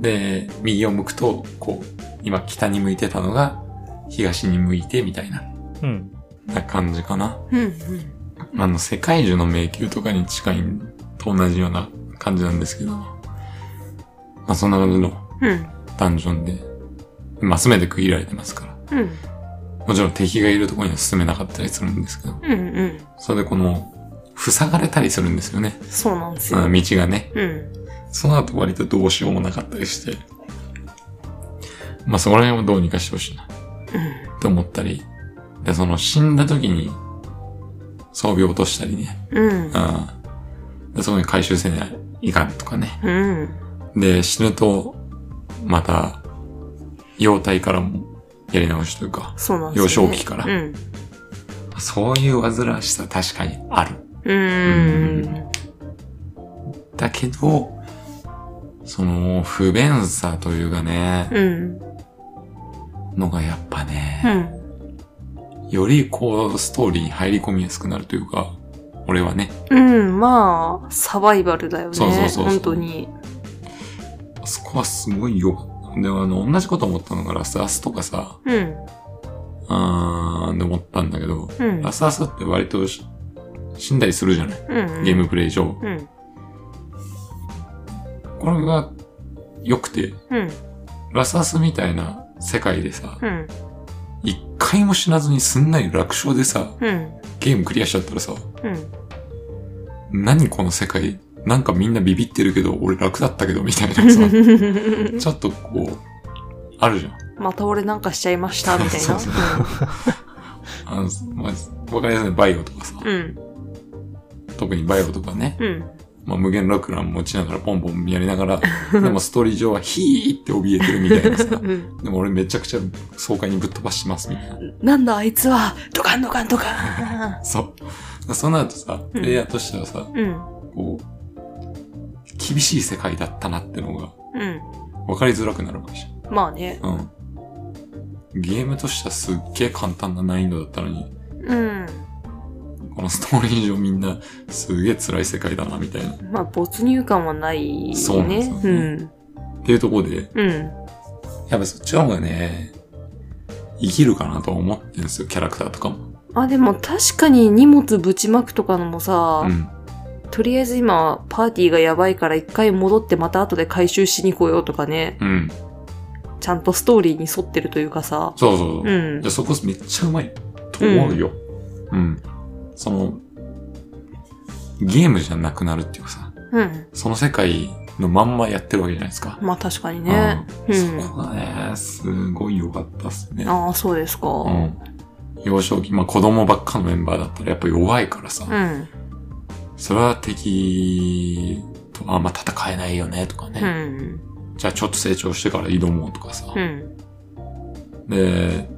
Speaker 1: で、右を向くと、こう、今北に向いてたのが、東に向いてみたいな。
Speaker 3: うん。
Speaker 1: な感じかな。
Speaker 2: うん。
Speaker 1: あの、世界中の迷宮とかに近いんと同じような感じなんですけど、まあそんな感じの
Speaker 2: うん。
Speaker 1: ダンジョンで、マス目で区切られてますから。
Speaker 2: うん。
Speaker 1: もちろん敵がいるところには進めなかったりするんですけど、
Speaker 2: うん。うん。
Speaker 1: それでこの、塞がれたりするんですよね。
Speaker 2: そうなんです
Speaker 1: あ
Speaker 2: よ
Speaker 1: の。道がね。
Speaker 2: うん。
Speaker 1: その後割とどうしようもなかったりして、まあそこら辺をどうにかしてほしいな、と思ったり、で、その死んだ時に装備を落としたりね、
Speaker 2: うん。
Speaker 1: うん。で、そこに回収せないかんとかね。
Speaker 2: うん。
Speaker 1: で、死ぬと、また、幼体からもやり直しというか、
Speaker 2: そうなんですよ、ね。
Speaker 1: 幼少期から
Speaker 2: うん。
Speaker 1: そういう煩わしさ確かにある。
Speaker 2: うん。
Speaker 1: だけど、その、不便さというかね、
Speaker 2: うん。
Speaker 1: のがやっぱ
Speaker 2: う
Speaker 1: ね、
Speaker 2: ん。
Speaker 1: よりこう、ストーリーに入り込みやすくなるというか、俺はね、
Speaker 2: うん。まあ、サバイバルだよね。
Speaker 1: そうそうそうそう
Speaker 2: 本当に。
Speaker 1: そこはすごいよかった。で、あの、同じこと思ったのがラスアスとかさ、
Speaker 2: うん。
Speaker 1: あー、で思ったんだけど、
Speaker 2: うん。
Speaker 1: ラスアスって割とし死んだりするじゃない
Speaker 2: うん。
Speaker 1: ゲームプレイ上。
Speaker 2: うん。
Speaker 1: これが良くて、
Speaker 2: うん。
Speaker 1: ラスアスみたいな世界でさ、
Speaker 2: うん。
Speaker 1: 一回も死なずにすんなり楽勝でさ、
Speaker 2: うん。
Speaker 1: ゲームクリアしちゃったらさ、
Speaker 2: うん。
Speaker 1: 何この世界なんかみんなビビってるけど、俺楽だったけど、みたいなさ。
Speaker 2: うん。
Speaker 1: ちょっとこう、あるじゃん。
Speaker 2: また俺なんかしちゃいました、みたい
Speaker 1: そ
Speaker 2: な
Speaker 1: うそう。あの、まあ、わかりやすいバイオとかさ、
Speaker 2: うん。
Speaker 1: 特にバイオとかね、
Speaker 2: うん。
Speaker 1: まあ、無限楽欄持ちながらポンポンやりながら、 でもストーリー上はヒーって怯えてるみたいなさ、
Speaker 2: うん。
Speaker 1: でも俺めちゃくちゃ爽快にぶっ飛ばしてます、みたいな。
Speaker 2: なんだあいつは、ドカンドカンドカ
Speaker 1: そう。その後さ、プレイヤーとしてはさ、
Speaker 2: ン。うん。
Speaker 1: こう、厳しい世界だったなってのが
Speaker 2: うん。
Speaker 1: 分かりづらくなるかもしれない。
Speaker 2: まあね。
Speaker 1: うん。ゲームとしてはすっげえ簡単な難易度だったのに、
Speaker 2: うん。
Speaker 1: このストーリー上みんなすげえ辛い世界だなみたいな。っ
Speaker 2: まあ、没入感はないね。
Speaker 1: そうなんですよねていうところで、
Speaker 2: うん。うん。
Speaker 1: やっぱそっちの方がね、生きるかなとは思ってるんですよ、キャラクターとかも。
Speaker 2: あ、でも確かに荷物ぶちまくとかのもさ
Speaker 1: う、ん。
Speaker 2: とりあえず今、パーティーがやばいから一回戻ってまた後で回収しに来ようとかね、
Speaker 1: うん。
Speaker 2: ちゃんとストーリーに沿ってるというかさ。
Speaker 1: そうそうそう。
Speaker 2: う
Speaker 1: い
Speaker 2: ん
Speaker 1: や。そこめっちゃうまいと思うよ。うん。その、ゲームじゃなくなるっていうかさ、
Speaker 2: うん。
Speaker 1: その世界のまんまやってるわけじゃないですか。
Speaker 2: まあ確かにね。
Speaker 1: うん。
Speaker 2: うん
Speaker 1: そこがね、すごい良かったっすね。
Speaker 2: ああ、そうですか。
Speaker 1: う。
Speaker 2: うん
Speaker 1: 幼少期、まあ子供ばっかのメンバーだったらやっぱ弱いからさ、
Speaker 2: ん。
Speaker 1: それは敵とあんま戦えないよねとか
Speaker 2: う
Speaker 1: ね、
Speaker 2: ん。
Speaker 1: じゃあちょっと成長してから挑もうとかさ、
Speaker 2: うん。
Speaker 1: で、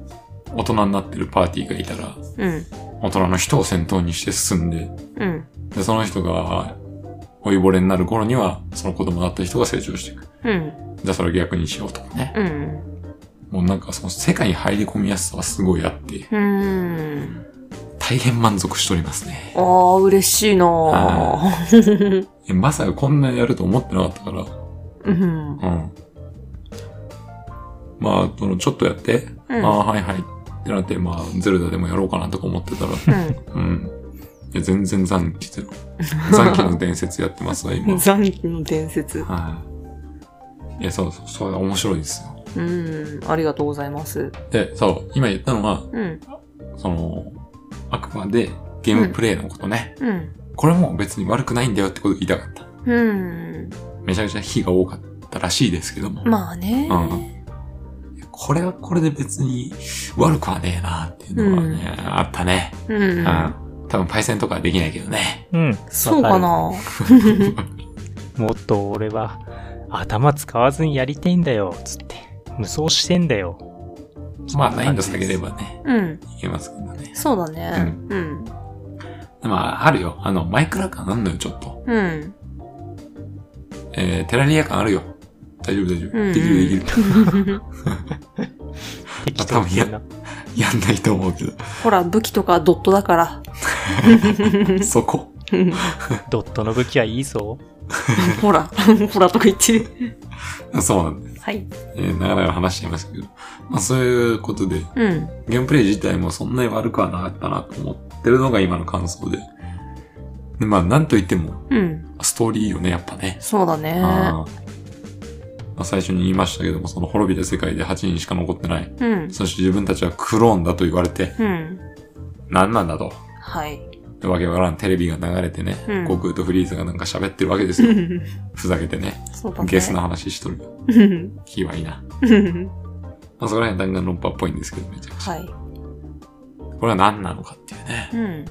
Speaker 1: 大人になってるパーティーがいたら、
Speaker 2: うん。
Speaker 1: 大人の人を先頭にして進んで、
Speaker 2: うん。
Speaker 1: で、その人が、老いぼれになる頃には、その子供だった人が成長していく。
Speaker 2: うん。
Speaker 1: じゃあそれを逆にしようとかね。
Speaker 2: うん。
Speaker 1: もうなんかその世界に入り込みやすさはすごいあって、
Speaker 2: うん。
Speaker 1: 大変満足しておりますね。
Speaker 2: ああ、嬉しいな
Speaker 1: は
Speaker 2: ぁ。
Speaker 1: えまさかこんなにやると思ってなかったから、
Speaker 2: うん。
Speaker 1: うん。まあ、そのちょっとやって、
Speaker 2: うん
Speaker 1: ああ、はいはい。ってなって、まあ、ゼルダでもやろうかなとか思って たら、うん。いや、全然残機ゼロ。残機の伝説やってますわ、
Speaker 2: う
Speaker 1: 今
Speaker 2: ん。。残機の伝説。
Speaker 1: はい。いや、そうそう、そう、面白いですよ。
Speaker 2: うん。ありがとうございます。
Speaker 1: で、そう、今言ったのは、
Speaker 2: うん。
Speaker 1: その、あくまでゲームプレイのことね。
Speaker 2: うん。
Speaker 1: これも別に悪くないんだよってことを言いたかった。
Speaker 2: うん。
Speaker 1: めちゃくちゃ火が多かったらしいですけども。
Speaker 2: まあね。
Speaker 1: これはこれで別に悪くはねえなっていうのはね、あったね。
Speaker 2: う。
Speaker 1: うんん。多分パイセンとかはできないけど ね。
Speaker 3: うん。
Speaker 2: そうかな
Speaker 3: もっと俺は頭使わずにやりてんだよ、つって。無双してんだよ。
Speaker 1: まあ難易度下げればね、
Speaker 2: うん。
Speaker 1: いけますけどね。
Speaker 2: そうだね。うん。
Speaker 1: まああるよ。あの、マイクラ感あんのよ、ちょっと。
Speaker 2: うん。
Speaker 1: えー、テラリア感あるよ。大丈夫大丈
Speaker 2: うん
Speaker 1: 夫。できるできる。
Speaker 3: 適当にやんな。
Speaker 1: やんないと思うけ ど。
Speaker 2: ほら、武器とかドットだから。
Speaker 1: そこ。
Speaker 3: ドットの武器はいいぞ。
Speaker 2: ほら、 ほらとか言ってる。
Speaker 1: そうなんです。
Speaker 2: はい。
Speaker 1: えー、長々話しちゃいましたけど。まあそういうことで、
Speaker 2: うん。
Speaker 1: ゲームプレイ自体もそんなに悪くはなかったなと思ってるのが今の感想で。で、まあ、なんと言っても、
Speaker 2: うん。
Speaker 1: ストーリーよね、やっぱね。
Speaker 2: そうだね。
Speaker 1: あーまあ、最初に言いましたけども、その滅びた世界で8人しか残ってない。
Speaker 2: うん。
Speaker 1: そして自分たちはクローンだと言われて、
Speaker 2: うん。
Speaker 1: 何なんだと。
Speaker 2: はい。
Speaker 1: でわけわからんテレビが流れてね、
Speaker 2: うん
Speaker 1: 悟空とフリーズがなんか喋ってるわけですよ。ふざけてね。
Speaker 2: そうだね。
Speaker 1: ゲス な話しとる。
Speaker 2: うん。
Speaker 1: 気はいいな。
Speaker 2: うん
Speaker 1: まあ、そこら辺弾丸論破っぽいんですけど、めちゃくちゃ。
Speaker 2: はい。
Speaker 1: これは何なのかっていうね。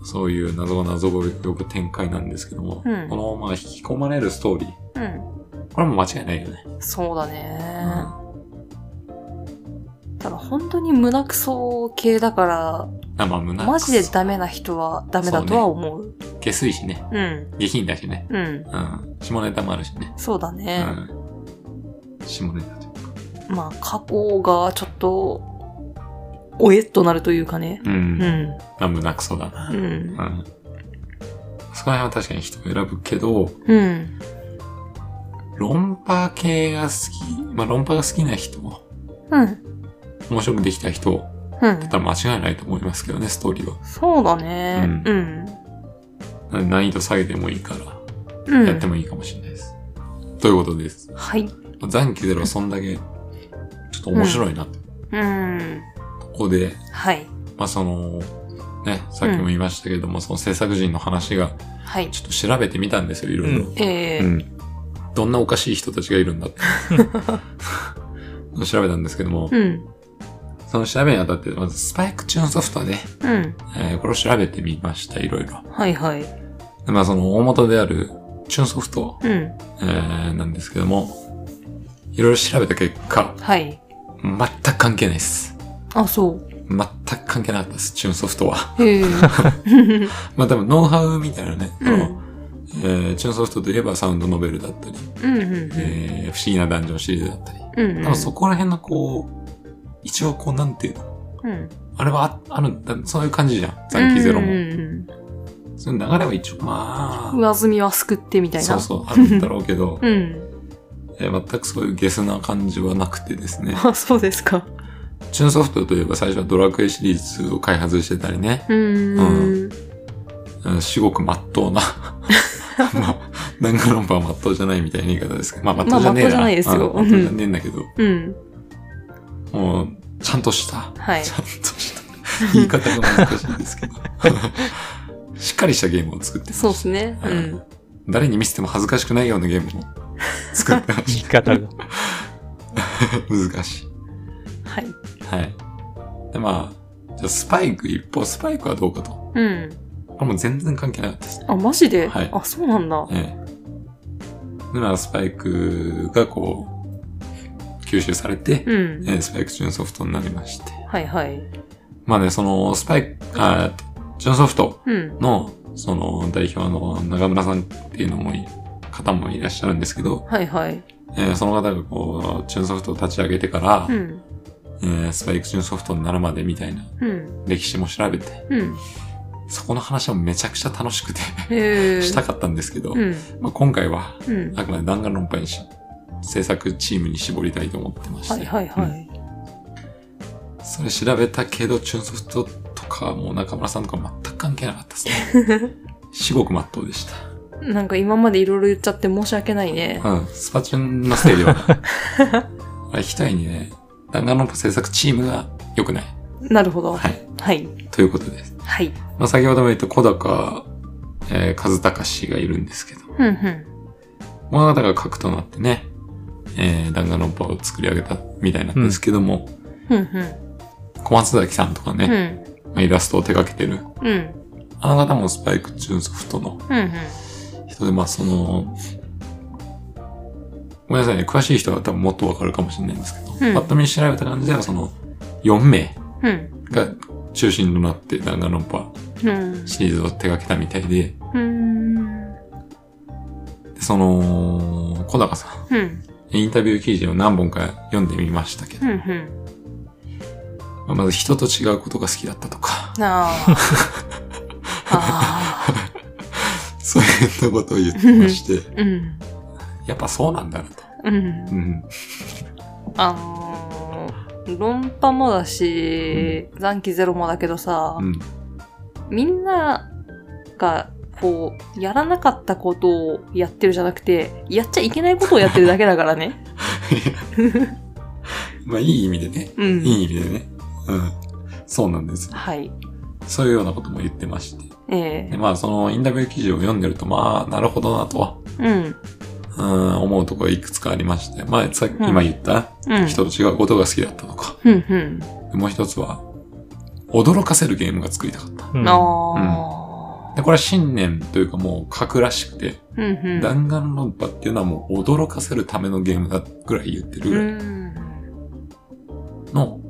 Speaker 2: うん。
Speaker 1: そういう謎が謎を呼ぶ展開なんですけども、
Speaker 2: うん
Speaker 1: この、まあ、引き込まれるストーリー、
Speaker 2: うん。
Speaker 1: これはもう間違いないよね。
Speaker 2: そうだね。ただ本当に胸くそ系だか
Speaker 1: あまあ、
Speaker 2: ら、
Speaker 1: 胸
Speaker 2: マジでダメな人はダメだとは思う。
Speaker 1: 下水しね、
Speaker 2: うん。
Speaker 1: 下品だしね、
Speaker 2: うん。
Speaker 1: うん、下ネタもあるしね、
Speaker 2: そうだ
Speaker 1: う
Speaker 2: ね。
Speaker 1: ん、下ネタというか、
Speaker 2: まあ、過去がちょっと、おえっとなるというかね。
Speaker 1: うん、
Speaker 2: う
Speaker 1: まあ、
Speaker 2: ん。
Speaker 1: 胸くそだな。
Speaker 2: う
Speaker 1: うん
Speaker 2: ん。
Speaker 1: そこら辺は確かに人を選ぶけど、
Speaker 2: うん。
Speaker 1: 論破系が好き、まあ論破が好きな人、
Speaker 2: うん。
Speaker 1: 面白くできた人
Speaker 2: うん
Speaker 1: だっ。たら間違いないと思いますけどね、ストーリーは。
Speaker 2: そうだね。
Speaker 1: う
Speaker 2: うん。
Speaker 1: 難易度下げてもいいから、
Speaker 2: うん。
Speaker 1: やってもいいかもしれないです。ということです。
Speaker 2: はい。
Speaker 1: 残機ゼロはそんだけ、ちょっと面白いなって。
Speaker 2: うん。
Speaker 1: ここで、
Speaker 2: はい。
Speaker 1: まあその、ね、さっきも言いましたけども、その制作人の話が、
Speaker 2: はい。
Speaker 1: ちょっと調べてみたんですよ、いろいろ。
Speaker 2: ええ
Speaker 1: うん。どんなおかしい人たちがいるんだって。 調べたんですけども、
Speaker 2: うん。
Speaker 1: その調べにあたって、まずスパイクチューンソフトね、
Speaker 2: うん。
Speaker 1: えーこれを調べてみました、いろいろ。
Speaker 2: はいはい。
Speaker 1: でまあその大元であるチューンソフト、
Speaker 2: うん。
Speaker 1: えーなんですけども、いろいろ調べた結果、
Speaker 2: はい。
Speaker 1: 全く関係ないです。
Speaker 2: あ、そう。
Speaker 1: 全く関係なかったです、チューンソフトは。
Speaker 2: へえ。
Speaker 1: まあ多分ノウハウみたいなね、
Speaker 2: うん
Speaker 1: あのえーチューンソフトといえばサウンドノベルだったり、
Speaker 2: うんうん
Speaker 1: えー不思議なダンジョンシリーズだったり、
Speaker 2: うん。うん。
Speaker 1: 多分そこら辺のこう、一応こうなんていうの、
Speaker 2: うん。
Speaker 1: あれはああるんだ、そういう感じじゃん、残機ゼロ
Speaker 2: うんう
Speaker 1: も。
Speaker 2: ん
Speaker 1: その流れは一応ま
Speaker 2: うん。上積みはすくってみた
Speaker 1: あ、
Speaker 2: い
Speaker 1: そ
Speaker 2: な。
Speaker 1: うそう、あるんだろうけど、
Speaker 2: う。うん。
Speaker 1: えー全くそういうゲスな感じはなくてですね、
Speaker 2: あ、そうですか。
Speaker 1: チューンソフトといえば最初はドラクエシリーズを開発してたりね、
Speaker 2: うーん。
Speaker 1: うん至極真っ当 な。まあ、ダンガロンパは真っ当じゃないみたいな言い方ですけど、まあ真っ当じゃねえな。
Speaker 2: まあ真っ当じゃないですよ
Speaker 1: うん真っ当じゃねえんだけど、
Speaker 2: うん。
Speaker 1: もう、ちゃんとした。
Speaker 2: はい
Speaker 1: ちゃんとした。言い方が難しいんですけど。 しっかりしたゲームを作ってます
Speaker 2: そうですね。う
Speaker 1: うん
Speaker 2: ん。
Speaker 1: 誰に見せても恥ずかしくないようなゲームを作ってま
Speaker 3: 言い
Speaker 1: し
Speaker 3: 方が。
Speaker 1: た。 難しい。
Speaker 2: はい。
Speaker 1: はい。で、まあ、じゃあスパイク、一方、スパイクはどうかと。
Speaker 2: うん。
Speaker 1: これも全然関係なかったです。
Speaker 2: あ、マジで、
Speaker 1: はい
Speaker 2: あ、そうなんだ。
Speaker 1: ええ。で、まあ、スパイクがこう、吸収されて、
Speaker 2: うん。
Speaker 1: ええスパイクチューンソフトになりまして。
Speaker 2: はいはい。
Speaker 1: まあね、その、スパイ、あージョンソフト
Speaker 2: うん。
Speaker 1: の、その、代表の中村さんっていうのもい、方もいらっしゃるんですけど、
Speaker 2: はいはい。
Speaker 1: えーその方がこう、チューンソフトを立ち上げてから、
Speaker 2: うん。
Speaker 1: えースパイクチューンソフトになるまでみたいな
Speaker 2: うん。
Speaker 1: 歴史も調べて、
Speaker 2: うん。
Speaker 1: そこの話もめちゃくちゃ楽しくて、
Speaker 2: へえ。
Speaker 1: したかったんですけど、
Speaker 2: うん。
Speaker 1: まあ、今回は、
Speaker 2: うん。
Speaker 1: あくまで弾丸論破にし、制作チームに絞りたいと思ってまして、
Speaker 2: はいはいはい。
Speaker 1: それ調べたけど、チューンソフトとか、もう中村さんとか全く関係なかったですね。 至極真っ当でした。
Speaker 2: なんか今までいろいろ言っちゃって申し訳ないね。
Speaker 1: うん、スパチュンのせいではない。 あれ、非対にね、弾丸論破制作チームが良くない。
Speaker 2: なるほど。
Speaker 1: は。
Speaker 2: はいい。
Speaker 1: ということです。
Speaker 2: はい。
Speaker 1: まあ、先ほども言った小高、えー、和隆氏がいるんですけど、
Speaker 2: うんうん。
Speaker 1: この方が核となってね、えー、弾丸論破を作り上げたみたいなんですけども、
Speaker 2: うんうん。
Speaker 1: 小松崎さんとか
Speaker 2: う
Speaker 1: ね、
Speaker 2: ん。
Speaker 1: まあイラストを手掛けてる、
Speaker 2: うん。
Speaker 1: あの方もスパイクチューンソフトの
Speaker 2: うんうん。
Speaker 1: 人で、まあその、ごめんなさいね、詳しい人は多分もっとわかるかもしれないんですけど、
Speaker 2: うん
Speaker 1: パッと見調べた感じではその、4名
Speaker 2: うん。
Speaker 1: が中心となって弾丸論破
Speaker 2: うん。
Speaker 1: シリーズを手掛けたみたいで、
Speaker 2: うん。
Speaker 1: でその、小高さん、
Speaker 2: うん。
Speaker 1: インタビュー記事を何本か読んでみましたけど、
Speaker 2: うんうん。
Speaker 1: まあまず人と違うことが好きだったとか、
Speaker 2: ああ。ああ。
Speaker 1: そういうことを言ってま して、
Speaker 2: うん。
Speaker 1: やっぱそうなんだなと。
Speaker 2: うん
Speaker 1: う。ん。
Speaker 2: あのー、論破もだし、残機ゼロもだけどさ、
Speaker 1: うん。
Speaker 2: みんなが、こう、やらなかったことをやってるじゃなくて、やっちゃいけないことをやってるだけだからね。
Speaker 1: まあいい意味でね。
Speaker 2: うん。
Speaker 1: いい意味でね。うん。そうなんです。
Speaker 2: はい。
Speaker 1: そういうようなことも言ってまして。
Speaker 2: え
Speaker 1: で
Speaker 2: え
Speaker 1: まあそのインタビュー記事を読んでると、まあなるほどなとは、
Speaker 2: うん。
Speaker 1: うん、思うところがいくつかありまして。まあさっき
Speaker 2: うん
Speaker 1: 今言った、
Speaker 2: うん。
Speaker 1: 人と違うことが好きだったとか。
Speaker 2: うんうん。
Speaker 1: でもう一つは、驚かせるゲームが作りたかった。
Speaker 3: うん
Speaker 2: ああ。
Speaker 1: で、これは信念というかもう核らしくて、
Speaker 2: うんうん。
Speaker 1: 弾丸論破っていうのはもう驚かせるためのゲームだぐらい言ってる
Speaker 2: う
Speaker 1: ぐらい
Speaker 2: ん。
Speaker 1: の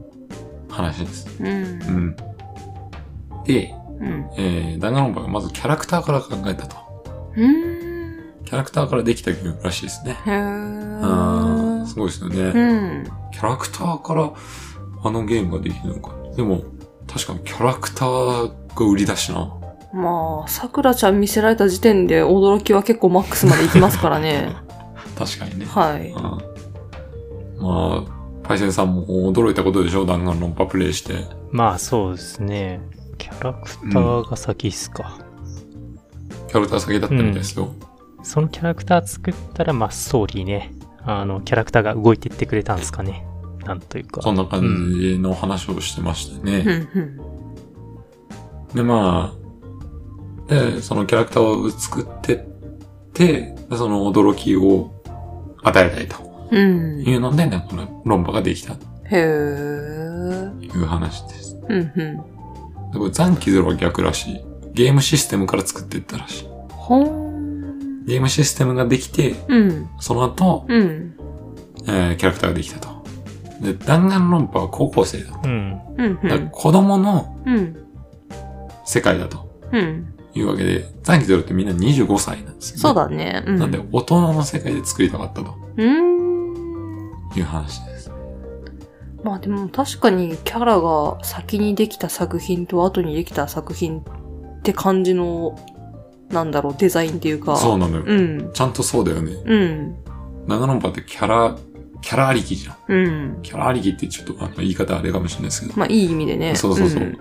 Speaker 1: 話です。
Speaker 2: う。
Speaker 1: うんん。で、
Speaker 2: うん。
Speaker 1: えー、弾丸論破がまずキャラクターから考えたと。
Speaker 2: うん。
Speaker 1: キャラクターからできたゲームらしいですね。
Speaker 2: へ
Speaker 1: あ
Speaker 2: ー
Speaker 1: ーすごいですよね。
Speaker 2: うん。
Speaker 1: キャラクターからあのゲームができるのか。でも、確かにキャラクターが売りだしな。
Speaker 2: まあ、さくらちゃん見せられた時点で驚きは結構マックスまでいきますから ね。
Speaker 1: 確かにね。
Speaker 2: はい。
Speaker 1: うんまあ、パイセンさんも驚いたことでしょ弾丸論破プレイして。
Speaker 3: まあそうですね。キャラクターが先っすか。
Speaker 1: キャラクター先だったみたいですよ。
Speaker 3: そのキャラクター作ったら、まあストーリーね。あの、キャラクターが動いていってくれたんですかね。なんというか。
Speaker 1: そんな感じの話をしてましたね。
Speaker 2: うんうん
Speaker 1: で、まあ、で、そのキャラクターを作ってって、でその驚きを与えたいと
Speaker 2: うん。
Speaker 1: いうので、ね、この論破ができたと
Speaker 2: へー
Speaker 1: いう話です。で、
Speaker 2: うんうん。
Speaker 1: これ残機ゼロは逆らしい。ゲームシステムから作っていったらしい。
Speaker 2: ほん。
Speaker 1: ゲームシステムができて、
Speaker 2: うん。
Speaker 1: その後、
Speaker 2: うん。
Speaker 1: えーキャラクターができたと。で、弾丸論破は高校生だ。だか
Speaker 3: うん。
Speaker 2: うんう
Speaker 1: ら
Speaker 2: ん。
Speaker 1: 子供の
Speaker 2: うん。
Speaker 1: 世界だと
Speaker 2: うん。
Speaker 1: いうわけで、残機ゼロってみんな25歳なんですよ、ね。
Speaker 2: そう。だね。うん。
Speaker 1: なんで、大人の世界で作りたかったと
Speaker 2: うん。
Speaker 1: いう話です。
Speaker 2: まあでも確かにキャラが先にできた作品と後にできた作品って感じの、なんだろう、デザインっていうか。
Speaker 1: そうなのよ。
Speaker 2: うん。
Speaker 1: ちゃんとそうだよね。
Speaker 2: うん。
Speaker 1: 長野パってキャラ、キャラありきじゃん。
Speaker 2: うん。
Speaker 1: キャラありきってちょっとあの言い方あれかもしれないですけど。
Speaker 2: まあいい意味でね。
Speaker 1: そうそうそう。
Speaker 2: ん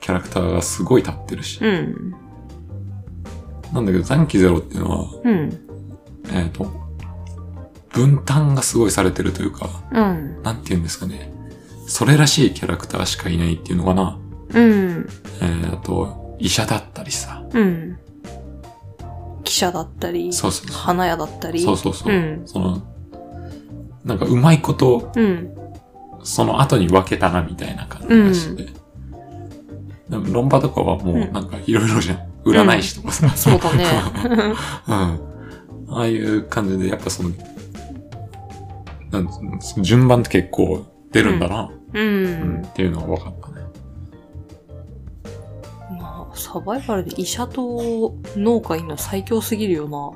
Speaker 1: キャラクターがすごい立ってるし。
Speaker 2: うん。
Speaker 1: なんだけど、残機ゼロっていうのは、
Speaker 2: うん。
Speaker 1: えっ、と、分担がすごいされてるというか、
Speaker 2: うん。
Speaker 1: なんて言うんですかね。それらしいキャラクターしかいないっていうのかな。
Speaker 2: うん。
Speaker 1: えー、あと、医者だったりさ。
Speaker 2: うん。記者だったり、
Speaker 1: そうそうそう。
Speaker 2: 花屋だったり。
Speaker 1: そうそうそう。
Speaker 2: うん
Speaker 1: その、なんかうまいこと
Speaker 2: うん。
Speaker 1: その後に分けたな、みたいな感じがして。でも論破とかはもう
Speaker 2: うん
Speaker 1: なんかいろいろじゃん。占い師とかさ。
Speaker 2: そうだね。
Speaker 1: うん。ああいう感じで、やっぱその、なんつうの順番って結構出るんだな、
Speaker 2: う
Speaker 1: うん
Speaker 2: ん。
Speaker 1: っていうのが分かったね。
Speaker 2: サバイバルで医者と農家いんの最強すぎるよな。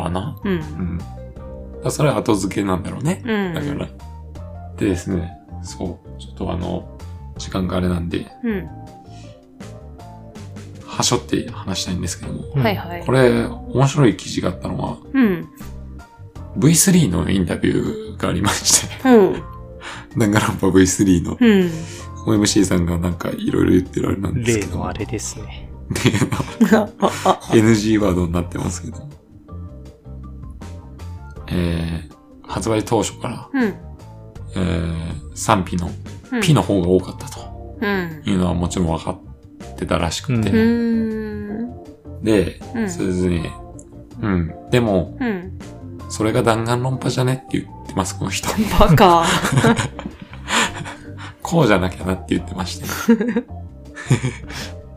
Speaker 1: まあな。
Speaker 2: うん。
Speaker 1: うん。だからそれは後付けなんだろうね。
Speaker 2: うん。
Speaker 1: だから。でですね、そう。ちょっとあの、時間があれなんで、
Speaker 2: うん。
Speaker 1: はしょって話したいんですけども。
Speaker 3: うん
Speaker 2: はいはい
Speaker 1: こ。れ、面白い記事があったのは、
Speaker 2: うん。
Speaker 1: V3 のインタビューがありまして、
Speaker 2: うん。
Speaker 1: なんかやっぱ V3 の
Speaker 2: うん。
Speaker 1: OMC さんがなんかいろいろ言ってるあれなんですけ
Speaker 3: 例
Speaker 1: ど。
Speaker 3: のあれですね。
Speaker 1: 例の NG ワードになってますけど。えー、発売当初から、
Speaker 2: うん。
Speaker 1: えー、賛否の、
Speaker 2: うん。
Speaker 1: P の方が多かったと
Speaker 2: うん。
Speaker 1: いうのはもちろん分かってたらしく
Speaker 2: う
Speaker 1: て。
Speaker 2: ーん。
Speaker 1: で、
Speaker 2: うん。
Speaker 1: それでね、うん。でも、
Speaker 2: うん。
Speaker 1: それが弾丸論破じゃねって言ってます、この 人。
Speaker 2: バカ。
Speaker 1: こうじゃなきゃなって言ってま して。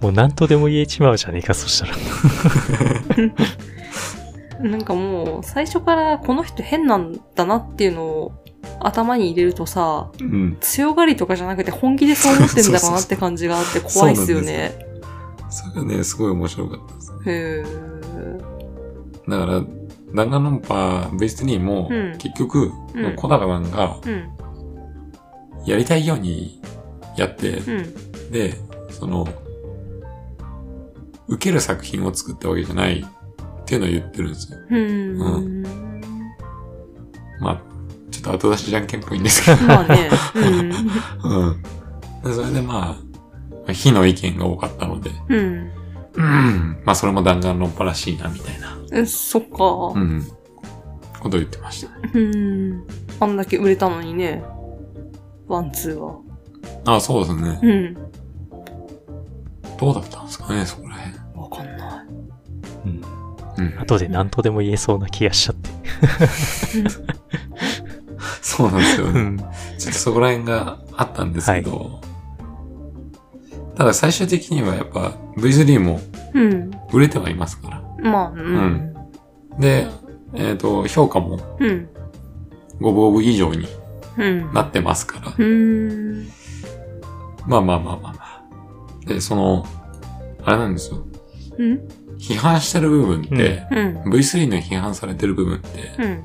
Speaker 3: もう何とでも言えちまうじゃねえか、そしたら。
Speaker 2: なんかもう、最初からこの人変なんだなっていうのを頭に入れるとさ、
Speaker 1: うん。
Speaker 2: 強がりとかじゃなくて本気でそう思ってんだろうなって感じがあって怖いっすよね。
Speaker 1: それがね、すごい面白かったですね。
Speaker 2: へ
Speaker 1: だから、弾丸論破 V3 も
Speaker 2: うん、
Speaker 1: 結局、
Speaker 2: うん
Speaker 1: 小高さんが
Speaker 2: ー。うん。
Speaker 1: やりたいようにやって、
Speaker 2: うん。
Speaker 1: で、その、受ける作品を作ったわけじゃないっていうのを言ってるんですよ。
Speaker 2: うん。
Speaker 1: まあ、ちょっと後出しじゃんけんっぽいんですけ ど。
Speaker 2: まあね。うん。
Speaker 1: うん。でそれでまあ、非の意見が多かったので、
Speaker 2: うん。
Speaker 1: うん。まあ、それも弾丸論破らしいな、みたいな。
Speaker 2: え、そっか
Speaker 1: う。ん。ことを言ってました。
Speaker 2: うん。あんだけ売れたのにね。ワン、ツーは。
Speaker 1: ああ、そうですね。
Speaker 2: うん。
Speaker 1: どうだったんですかね、そこら辺。
Speaker 2: わかんな
Speaker 3: うん。
Speaker 1: うん。
Speaker 3: 後で何とでも言えそうな気がしちゃって。
Speaker 1: そうなんですよ
Speaker 3: う
Speaker 1: ね。
Speaker 3: ん。
Speaker 1: ちょっとそこら辺があったんですけど、ただ最終的にはやっぱ V3 も
Speaker 2: い。うん。
Speaker 1: 売れてはいますから。
Speaker 2: まあ、うん。
Speaker 1: で、えっ、と、評価も
Speaker 2: うん。
Speaker 1: 5分5分以上に
Speaker 2: うん。
Speaker 1: なってますから、
Speaker 2: うん。
Speaker 1: まあまあまあまあまあ。で、その、あれなんですよ。
Speaker 2: うん。
Speaker 1: 批判してる部分って、
Speaker 2: うん。
Speaker 1: V3 の批判されてる部分って、
Speaker 2: うん。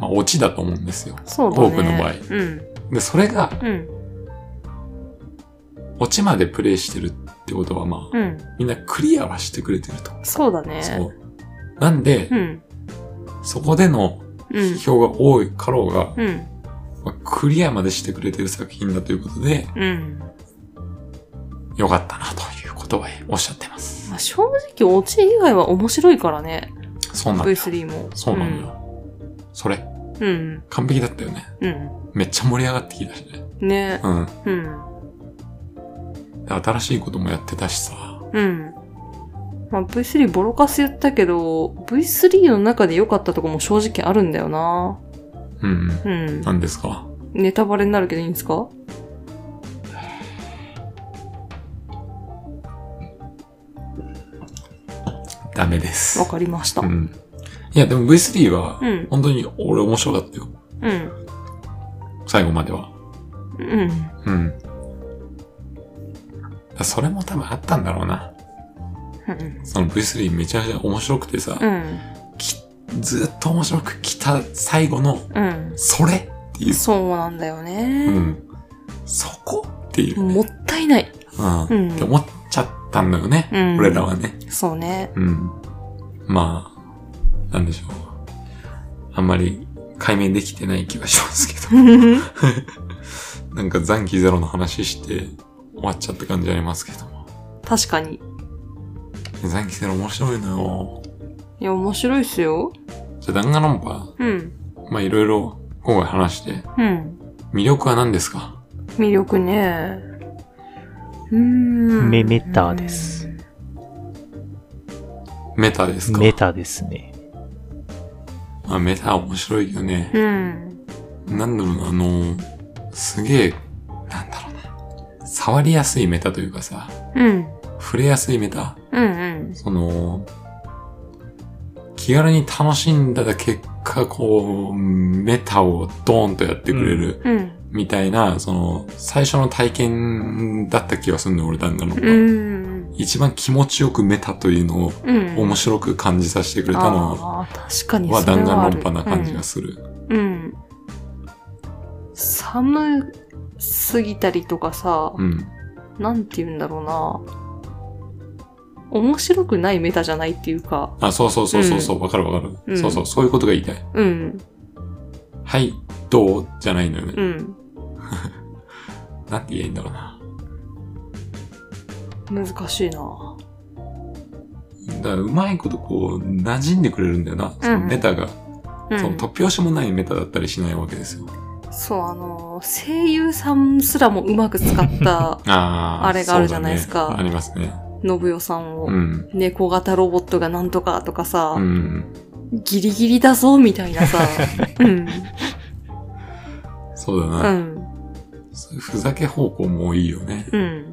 Speaker 1: まあ、オチだと思うんですよ。
Speaker 2: そうだね。
Speaker 1: 多くの場合
Speaker 2: うん。
Speaker 1: で、それが、
Speaker 2: うん。
Speaker 1: オチまでプレイしてるってことは、まあ、
Speaker 2: うん。
Speaker 1: みんなクリアはしてくれてると。
Speaker 2: そうだね。
Speaker 1: そう。なんで、
Speaker 2: うん。
Speaker 1: そこでの
Speaker 2: うん。
Speaker 1: 票が多いかろうが、
Speaker 2: うん。
Speaker 1: まあクリアまでしてくれてる作品だということで、
Speaker 2: うん。
Speaker 1: 良かったなという言葉でおっしゃってます。
Speaker 2: まあ、正直、オチ以外は面白いからね。
Speaker 1: そうなんだよ。
Speaker 2: V3 も。
Speaker 1: そうなんだよ。それ、
Speaker 2: うん。
Speaker 1: 完璧だったよね。
Speaker 2: うん。
Speaker 1: めっちゃ盛り上がってきたしね。
Speaker 2: うん。ね。
Speaker 1: うん。
Speaker 2: うん。
Speaker 1: で新しいこともやってたしさ。
Speaker 2: うん。まあ、V3 ボロカス言ったけど、V3 の中で良かったとこも正直あるんだよな。
Speaker 1: うんうん。
Speaker 2: うん。
Speaker 1: 何ですか
Speaker 2: ネタバレになるけどいいんですか
Speaker 1: ダメです
Speaker 2: わ。かりました
Speaker 1: う。ん。いや、でも V3 は
Speaker 2: う、ん。
Speaker 1: 本当に俺面白かったよ。
Speaker 2: うん。
Speaker 1: 最後までは。
Speaker 2: うん。
Speaker 1: うん。それも多分あったんだろうな。
Speaker 2: うん。
Speaker 1: その V3 めちゃめちゃ面白くてさ、
Speaker 2: うん。
Speaker 1: きずっと面白く来た最後の、
Speaker 2: うん。
Speaker 1: それっていう。
Speaker 2: そうなんだよ
Speaker 1: う
Speaker 2: ね。
Speaker 1: ん。そこっていう、ね。
Speaker 2: もったいない。
Speaker 1: うん。
Speaker 2: うん
Speaker 1: って思っちゃったんだよね。
Speaker 2: うん
Speaker 1: 俺らはね。
Speaker 2: そ うね。
Speaker 1: うん。まあ、なんでしょう。あんまり解明できてない気がしますけ ど。なんか残機ゼロの話して終わっちゃった感じありますけども。
Speaker 2: 確かに。
Speaker 1: 残機ゼロ面白いのよ。
Speaker 2: いや、面白いっすよ。
Speaker 1: じゃあ弾丸論破、
Speaker 2: うん。ま
Speaker 1: まあいろいろ今回話して、
Speaker 2: うん。
Speaker 1: 魅力は何ですか
Speaker 2: 魅力ね。うーん。
Speaker 3: メメターです。
Speaker 1: メタですか
Speaker 3: メタですね。
Speaker 1: まあ、メタ面白いよね。
Speaker 2: うん。
Speaker 1: なんだろうな、あの、すげえ、なんだろうな。触りやすいメタというかさ、
Speaker 2: うん。
Speaker 1: 触れやすいメタ。
Speaker 2: うん
Speaker 1: その、気軽に楽しんだ結果、こう、メタをドーンとやってくれる
Speaker 2: うん。うん。
Speaker 1: みたいな、その、最初の体験だった気がするんだよ、俺、弾丸の。
Speaker 2: うん。
Speaker 1: 一番気持ちよくメタというのを
Speaker 2: うん。
Speaker 1: 面白く感じさせてくれたの
Speaker 2: あー確かに
Speaker 1: は
Speaker 2: それ
Speaker 1: 弾
Speaker 2: はあ
Speaker 1: 丸
Speaker 2: る
Speaker 1: 論破な感じがする。
Speaker 2: うん。うん寒すぎたりとかさ、
Speaker 1: うん。
Speaker 2: なんて言うんだろうな。面白くないメタじゃないっていうか、
Speaker 1: あ、そうそうそうそうそう、わ、かるわかる、
Speaker 2: うん
Speaker 1: そうそう、そういうことが言いたい。
Speaker 2: うん、
Speaker 1: はい、どうじゃないのよね。
Speaker 2: うん。
Speaker 1: なんて言えばいいんだろうな。
Speaker 2: 難しいな。
Speaker 1: だからうまいことこう、馴染んでくれるんだよな。そのメタが、
Speaker 2: うん、
Speaker 1: その突拍子もないメタだったりしないわけですよ。
Speaker 2: そう、あの、声優さんすらもうまく使った
Speaker 1: あー
Speaker 2: あれがあるじゃないです
Speaker 1: そ
Speaker 2: か
Speaker 1: うだねありますね。
Speaker 2: 信代さんを、
Speaker 1: うん。
Speaker 2: 猫型ロボットがなんとかとかさ、
Speaker 1: うん。
Speaker 2: ギリギリだぞみた いなさ、うん、
Speaker 1: そうだ
Speaker 2: う
Speaker 1: な、
Speaker 2: ん、
Speaker 1: そういうふざけ方向もいいよね。
Speaker 2: うん。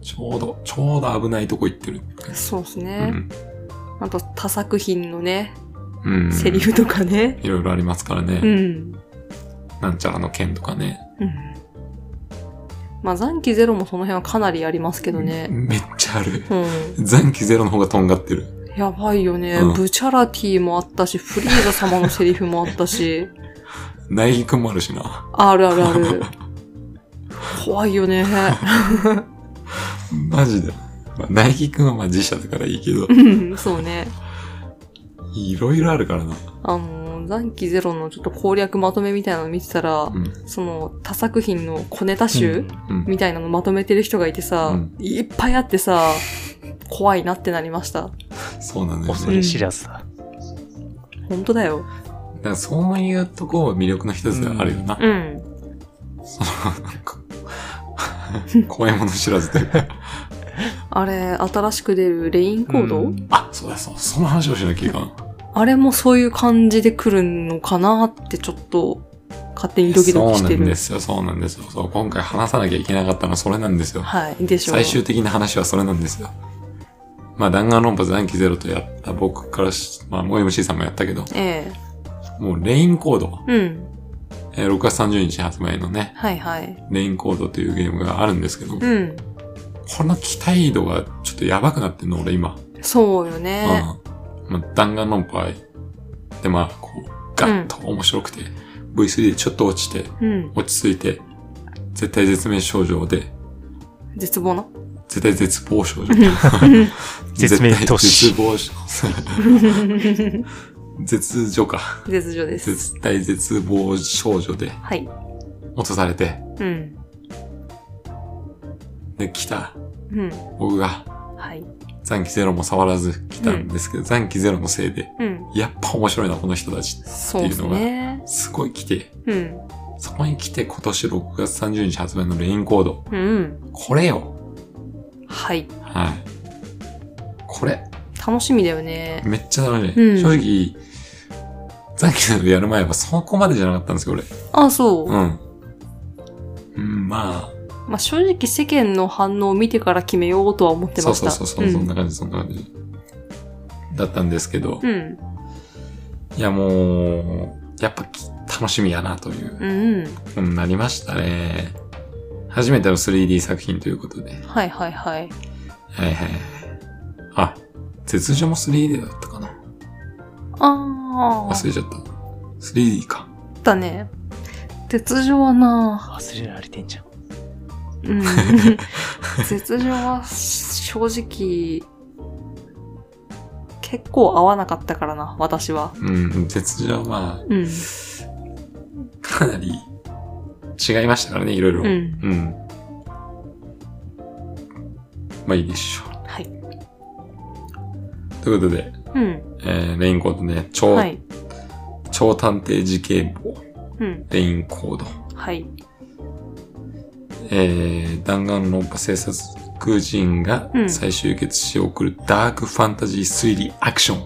Speaker 1: ちょうど、ちょうど危ないとこ行ってる。
Speaker 2: そうです
Speaker 1: う
Speaker 2: ね。
Speaker 1: ん。
Speaker 2: あと、他作品のね、
Speaker 1: うん。
Speaker 2: セリフとかね。
Speaker 1: いろいろありますからね。
Speaker 2: うん。
Speaker 1: なんちゃらの剣とかね。
Speaker 2: うん。まあ、残機ゼロもその辺はかなりありますけどね。
Speaker 1: めっちゃある。
Speaker 2: うん。
Speaker 1: 残機ゼロの方がとんがってる。
Speaker 2: やばいよね。
Speaker 1: うん
Speaker 2: ブチャラティもあったし、フリーザ様のセリフもあったし、
Speaker 1: 内義くんもあるしな。
Speaker 2: あるあるある。怖い よね。
Speaker 1: マジで。まあ、内義くんはまあ自社だからいいけど
Speaker 2: う、ん、そうね。
Speaker 1: いろいろあるからな。
Speaker 2: あの、残機ゼロのちょっと攻略まとめみたいなの見てたら
Speaker 1: う、ん。
Speaker 2: その、他作品の小ネタ集、
Speaker 1: うん。
Speaker 2: みたいなのまとめてる人がいてさ、
Speaker 1: うん
Speaker 2: いっぱいあってさ、怖いなってなりました。
Speaker 1: そうなんだよ
Speaker 3: 恐
Speaker 1: ね。
Speaker 3: れ知らずだ。
Speaker 2: 本当だよ。
Speaker 1: だからそういうとこは魅力の一つであるよな。
Speaker 2: うん。
Speaker 1: その、なんか怖いもの知らずというか。
Speaker 2: あれ、新しく出るレインコード、
Speaker 3: うん
Speaker 1: あ、そうだそう。その話をしなきゃいかん。
Speaker 2: あれもそういう感じで来るのかなってちょっと勝手にドキドキし
Speaker 1: そう
Speaker 2: て
Speaker 1: なん
Speaker 2: る。
Speaker 1: ですよ、そうなんですよ。そう、今回話さなきゃいけなかったのはそれなんですよ。
Speaker 2: はい。でしょう。
Speaker 1: 最終的な話はそれなんですよ。まあ、弾丸論破残機ゼロとやった僕からし、まあ、もう MC さんもやったけど、
Speaker 2: え
Speaker 1: もうレインコード、
Speaker 2: えうん。
Speaker 1: えー6月30日発売のね、
Speaker 2: はいはい。
Speaker 1: レインコードというゲームがあるんですけど、
Speaker 2: うん。
Speaker 1: この期待度がちょっとやばくなってんの、俺今。
Speaker 2: そうよね。
Speaker 1: うん。まあ、弾丸論破で、まあ、こう、ガッと面白くて、V3 でちょっと落ちて、
Speaker 2: うん。
Speaker 1: 落ち着いて、絶対絶命症状で、
Speaker 2: 絶望な。
Speaker 1: 絶対絶望症状。
Speaker 3: 絶命都市
Speaker 1: 絶対絶望症。絶女か。
Speaker 2: 絶情です。
Speaker 1: 絶対絶望少女で
Speaker 2: はい。
Speaker 1: 落とされて、
Speaker 2: うん。
Speaker 1: で、来た。
Speaker 2: うん。
Speaker 1: 僕が
Speaker 2: はい。
Speaker 1: 残機ゼロも触らず来たんですけど、残機ゼロのせいで、
Speaker 2: うん。
Speaker 1: やっぱ面白いな、この人たち。
Speaker 2: そうですね。
Speaker 1: すごい来て、
Speaker 2: うん。
Speaker 1: そこに来て今年6月30日発売のレインコード。
Speaker 2: うん。
Speaker 1: これよ。
Speaker 2: はい。
Speaker 1: はい。これ、
Speaker 2: 楽しみだよね。
Speaker 1: めっちゃダメね。
Speaker 2: うん
Speaker 1: 正直、残機ゼロやる前はそこまでじゃなかったんですよ、俺。
Speaker 2: あ、そう。
Speaker 1: うん。うん、ま
Speaker 2: まあ、正直世間の反応を見てから決めようとは思っ
Speaker 1: あ、
Speaker 2: て
Speaker 1: そ
Speaker 2: ま
Speaker 1: う
Speaker 2: し
Speaker 1: そう
Speaker 2: た。
Speaker 1: そうそう、そんな感じ、そんな感じ。だったんですけど、
Speaker 2: う
Speaker 1: い
Speaker 2: ん。
Speaker 1: やもう、やっぱき楽しみやなという、
Speaker 2: うん。うん。
Speaker 1: うん、なりましたね。初めての 3D 作品ということで。
Speaker 2: はいはいはい。
Speaker 1: はいはいはい。あ、絶女も 3D だったかな。
Speaker 2: あ
Speaker 1: 忘
Speaker 2: ー、
Speaker 1: れちゃった。3D か。
Speaker 2: だね。絶情はな
Speaker 3: 忘れられてんじゃん。
Speaker 2: うん。絶情は正直、結構合わなかったからな、私は。
Speaker 1: うん、絶女はま
Speaker 2: うん。
Speaker 1: あ、かなり違いましたからね、いろいろ。
Speaker 2: うん。
Speaker 1: うん。まあいいでしょう。
Speaker 2: はい。
Speaker 1: ということで、
Speaker 2: うん。
Speaker 1: えーレインコードね、超、
Speaker 2: はい。
Speaker 1: 超探偵事件簿、
Speaker 2: うん。
Speaker 1: レインコード、
Speaker 2: はい。
Speaker 1: えー、弾丸論破制作人が
Speaker 2: うん
Speaker 1: 最終決し送るダークファンタジー推理アクション。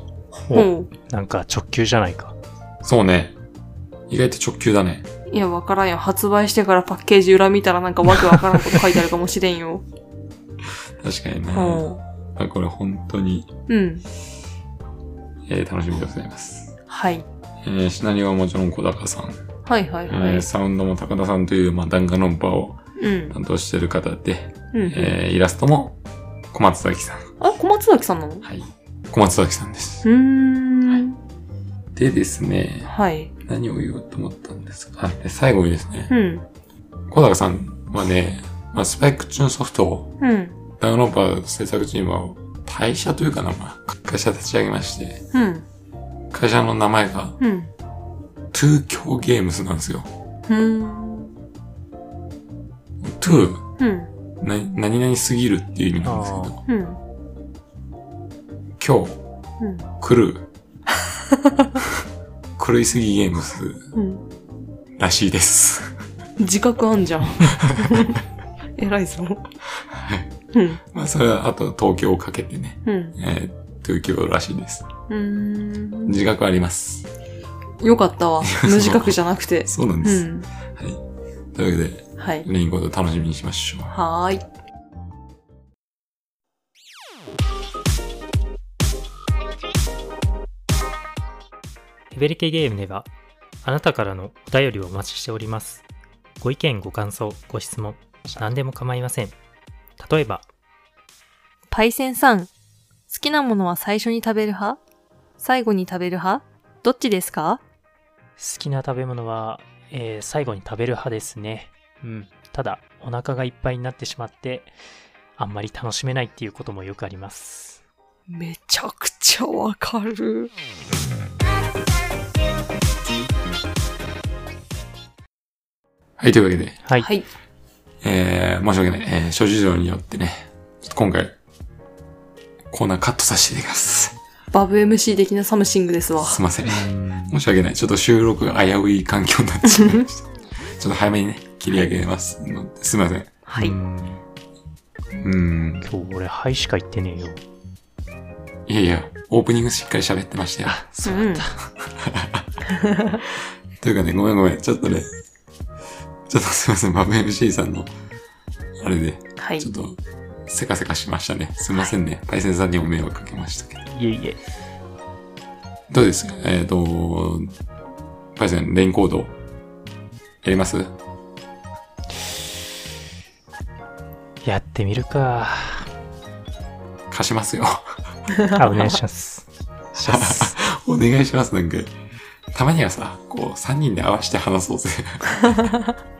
Speaker 3: お
Speaker 2: も
Speaker 3: なんか直球じゃないか。
Speaker 1: そうね。意外と直球だね。
Speaker 2: う、いや、わからんよ。発売してからパッケージ裏見たらなんかわけわからんこと書いてあるかもしれんよ。
Speaker 1: 確かにね。
Speaker 2: うん。
Speaker 1: まあ、これ本当に、
Speaker 2: うん。
Speaker 1: えー楽しみでございます。
Speaker 2: はい。
Speaker 1: えーシナリオはもちろん小高さん、
Speaker 2: はいはいは
Speaker 1: え
Speaker 2: い
Speaker 1: ー。サウンドも高田さんという、まあ、弾丸論破を
Speaker 2: うん。
Speaker 1: 担当してる方で、
Speaker 2: うん。
Speaker 1: えーイラストも小松崎さん。
Speaker 2: あ、小松崎さんなのう
Speaker 1: はい。小松崎さんです。
Speaker 2: ーん。
Speaker 1: でですね、
Speaker 2: はい。
Speaker 1: 何を言おうと思ったんですか。あ、で最後にですね
Speaker 2: う、ん。
Speaker 1: 小高さんはね、まあ、スパイクチューンソフトを
Speaker 2: うん。
Speaker 1: ダウンローバー制作チームは退社というかな、まあ、会社立ち上げまして、
Speaker 2: うん。
Speaker 1: 会社の名前が
Speaker 2: うん。
Speaker 1: 東京ゲームスなんですよ。
Speaker 2: うん。
Speaker 1: 2、
Speaker 2: うん。
Speaker 1: な何々すぎるっていう意味なんです
Speaker 2: うん。
Speaker 1: けど、今日、
Speaker 2: うん。
Speaker 1: 来 る。狂いすぎゲームス
Speaker 2: うん。
Speaker 1: らしいです。
Speaker 2: 自覚あんじゃん。 偉いぞ。うん。
Speaker 1: まあ、それは、あと東京をかけてね、
Speaker 2: うん。
Speaker 1: えー東京らしいです。
Speaker 2: うーん。
Speaker 1: 自覚あります。
Speaker 2: よかっ たわ。無自覚じゃなくて。
Speaker 1: そうなんで
Speaker 2: う
Speaker 1: す。
Speaker 2: ん。
Speaker 1: はい。というわけで、
Speaker 2: はい。
Speaker 1: レインコード楽しみにしましょう。
Speaker 2: はーい。
Speaker 3: ヘベレケゲームではあなたからのお便りをお待ちしております。ご意見、ご感想、ご質問、何でも構いません。例えば、
Speaker 2: パイセンさん、好きなものは最初に食べる派最後に食べる派どっちですか
Speaker 3: 好きな食べ物は、えー最後に食べる派ですね。うん。ただ、お腹がいっぱいになってしまって、あんまり楽しめないっていうこともよくあります。
Speaker 2: めちゃくちゃわかる。
Speaker 1: はい、というわけで、
Speaker 3: はい。
Speaker 2: はい。
Speaker 1: えー、申し訳ない。えー、諸事情によってね、ちょっと今回、コーナーカットさせていただきます。
Speaker 2: バブ MC 的なサムシングですわ。
Speaker 1: すいません。
Speaker 3: うん
Speaker 1: 申し訳ない。ちょっと収録が危うい環境になってしまいました。ちょっと早めにね、切り上げますので。すいません。
Speaker 2: はい。
Speaker 3: う
Speaker 2: うん
Speaker 1: うん。
Speaker 3: 今日俺、はいしか言ってねえよ。
Speaker 1: いやいや、オープニングしっかり喋ってましたよ。
Speaker 2: ん。
Speaker 1: というかね、ごめんごめん。ちょっとね、ちょっとすいません。バブ MC さんの、あれで、
Speaker 2: はい
Speaker 1: ちょ。っと、せかせかしましたね。すいませんね。パイセンさんにも迷惑かけましたけど。
Speaker 3: いえいえ。
Speaker 1: どうですかえっ、と、パイセン、レインコード、やります
Speaker 3: やってみるか。
Speaker 1: 貸しますよ。
Speaker 3: あ、お願いします。します。
Speaker 1: お願いします、なんか。たまにはさ、こう、3人で合わせて話そうぜ。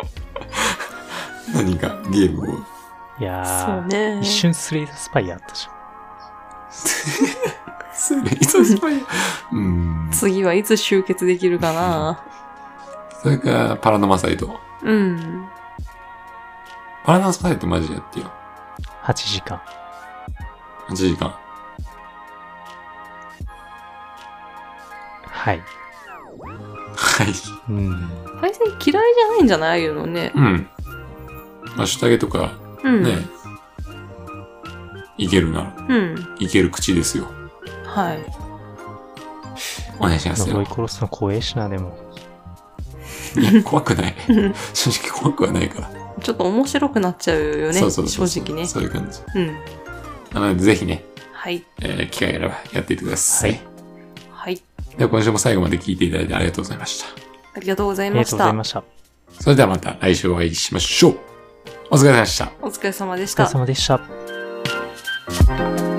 Speaker 1: 何かゲームを。
Speaker 3: いや
Speaker 2: そう
Speaker 3: ー、
Speaker 2: ね。
Speaker 3: 一瞬スレイザースパイやったじゃ
Speaker 1: それ、いつスパイうん。
Speaker 2: 次はいつ集結できるかな
Speaker 1: それか、パラノマサイト。
Speaker 2: うん。
Speaker 1: パラノマサイトマジでやってよ。
Speaker 3: ん。8時間。
Speaker 1: 8時間。
Speaker 3: はい。
Speaker 1: はい。
Speaker 3: うん。
Speaker 2: パイセン嫌いじゃないんじゃないああいうのね。
Speaker 1: うん。まあ、下着とか、
Speaker 2: うん。
Speaker 1: ね、いけるなら、
Speaker 2: うん。
Speaker 1: いける口ですよ。
Speaker 2: はい。
Speaker 1: お願いします
Speaker 3: 呪
Speaker 1: よ
Speaker 3: い。殺すの怖えしな、でも。
Speaker 1: いや、怖く ない。
Speaker 2: うん
Speaker 1: 正直怖くはないから。
Speaker 2: ちょっと面白くなっちゃうよね。
Speaker 1: そうそうそう
Speaker 2: 正直ね。
Speaker 1: そういう感じ。
Speaker 2: うん。
Speaker 1: なので、ぜひね、
Speaker 2: はい。
Speaker 1: えー機会があればやっていってください。
Speaker 3: は
Speaker 2: はい。
Speaker 1: では今週も最後まで聞いていただいてありがとうございました。
Speaker 2: ありがとうござ
Speaker 3: あ
Speaker 2: い
Speaker 3: り
Speaker 2: ま
Speaker 3: がと
Speaker 2: し
Speaker 3: うござ
Speaker 2: た
Speaker 3: い。ました。
Speaker 1: それではまた来週お会いしましょう。お疲れ様でした。
Speaker 2: お疲れ様でし
Speaker 3: お疲れ
Speaker 2: た。
Speaker 3: 様でした。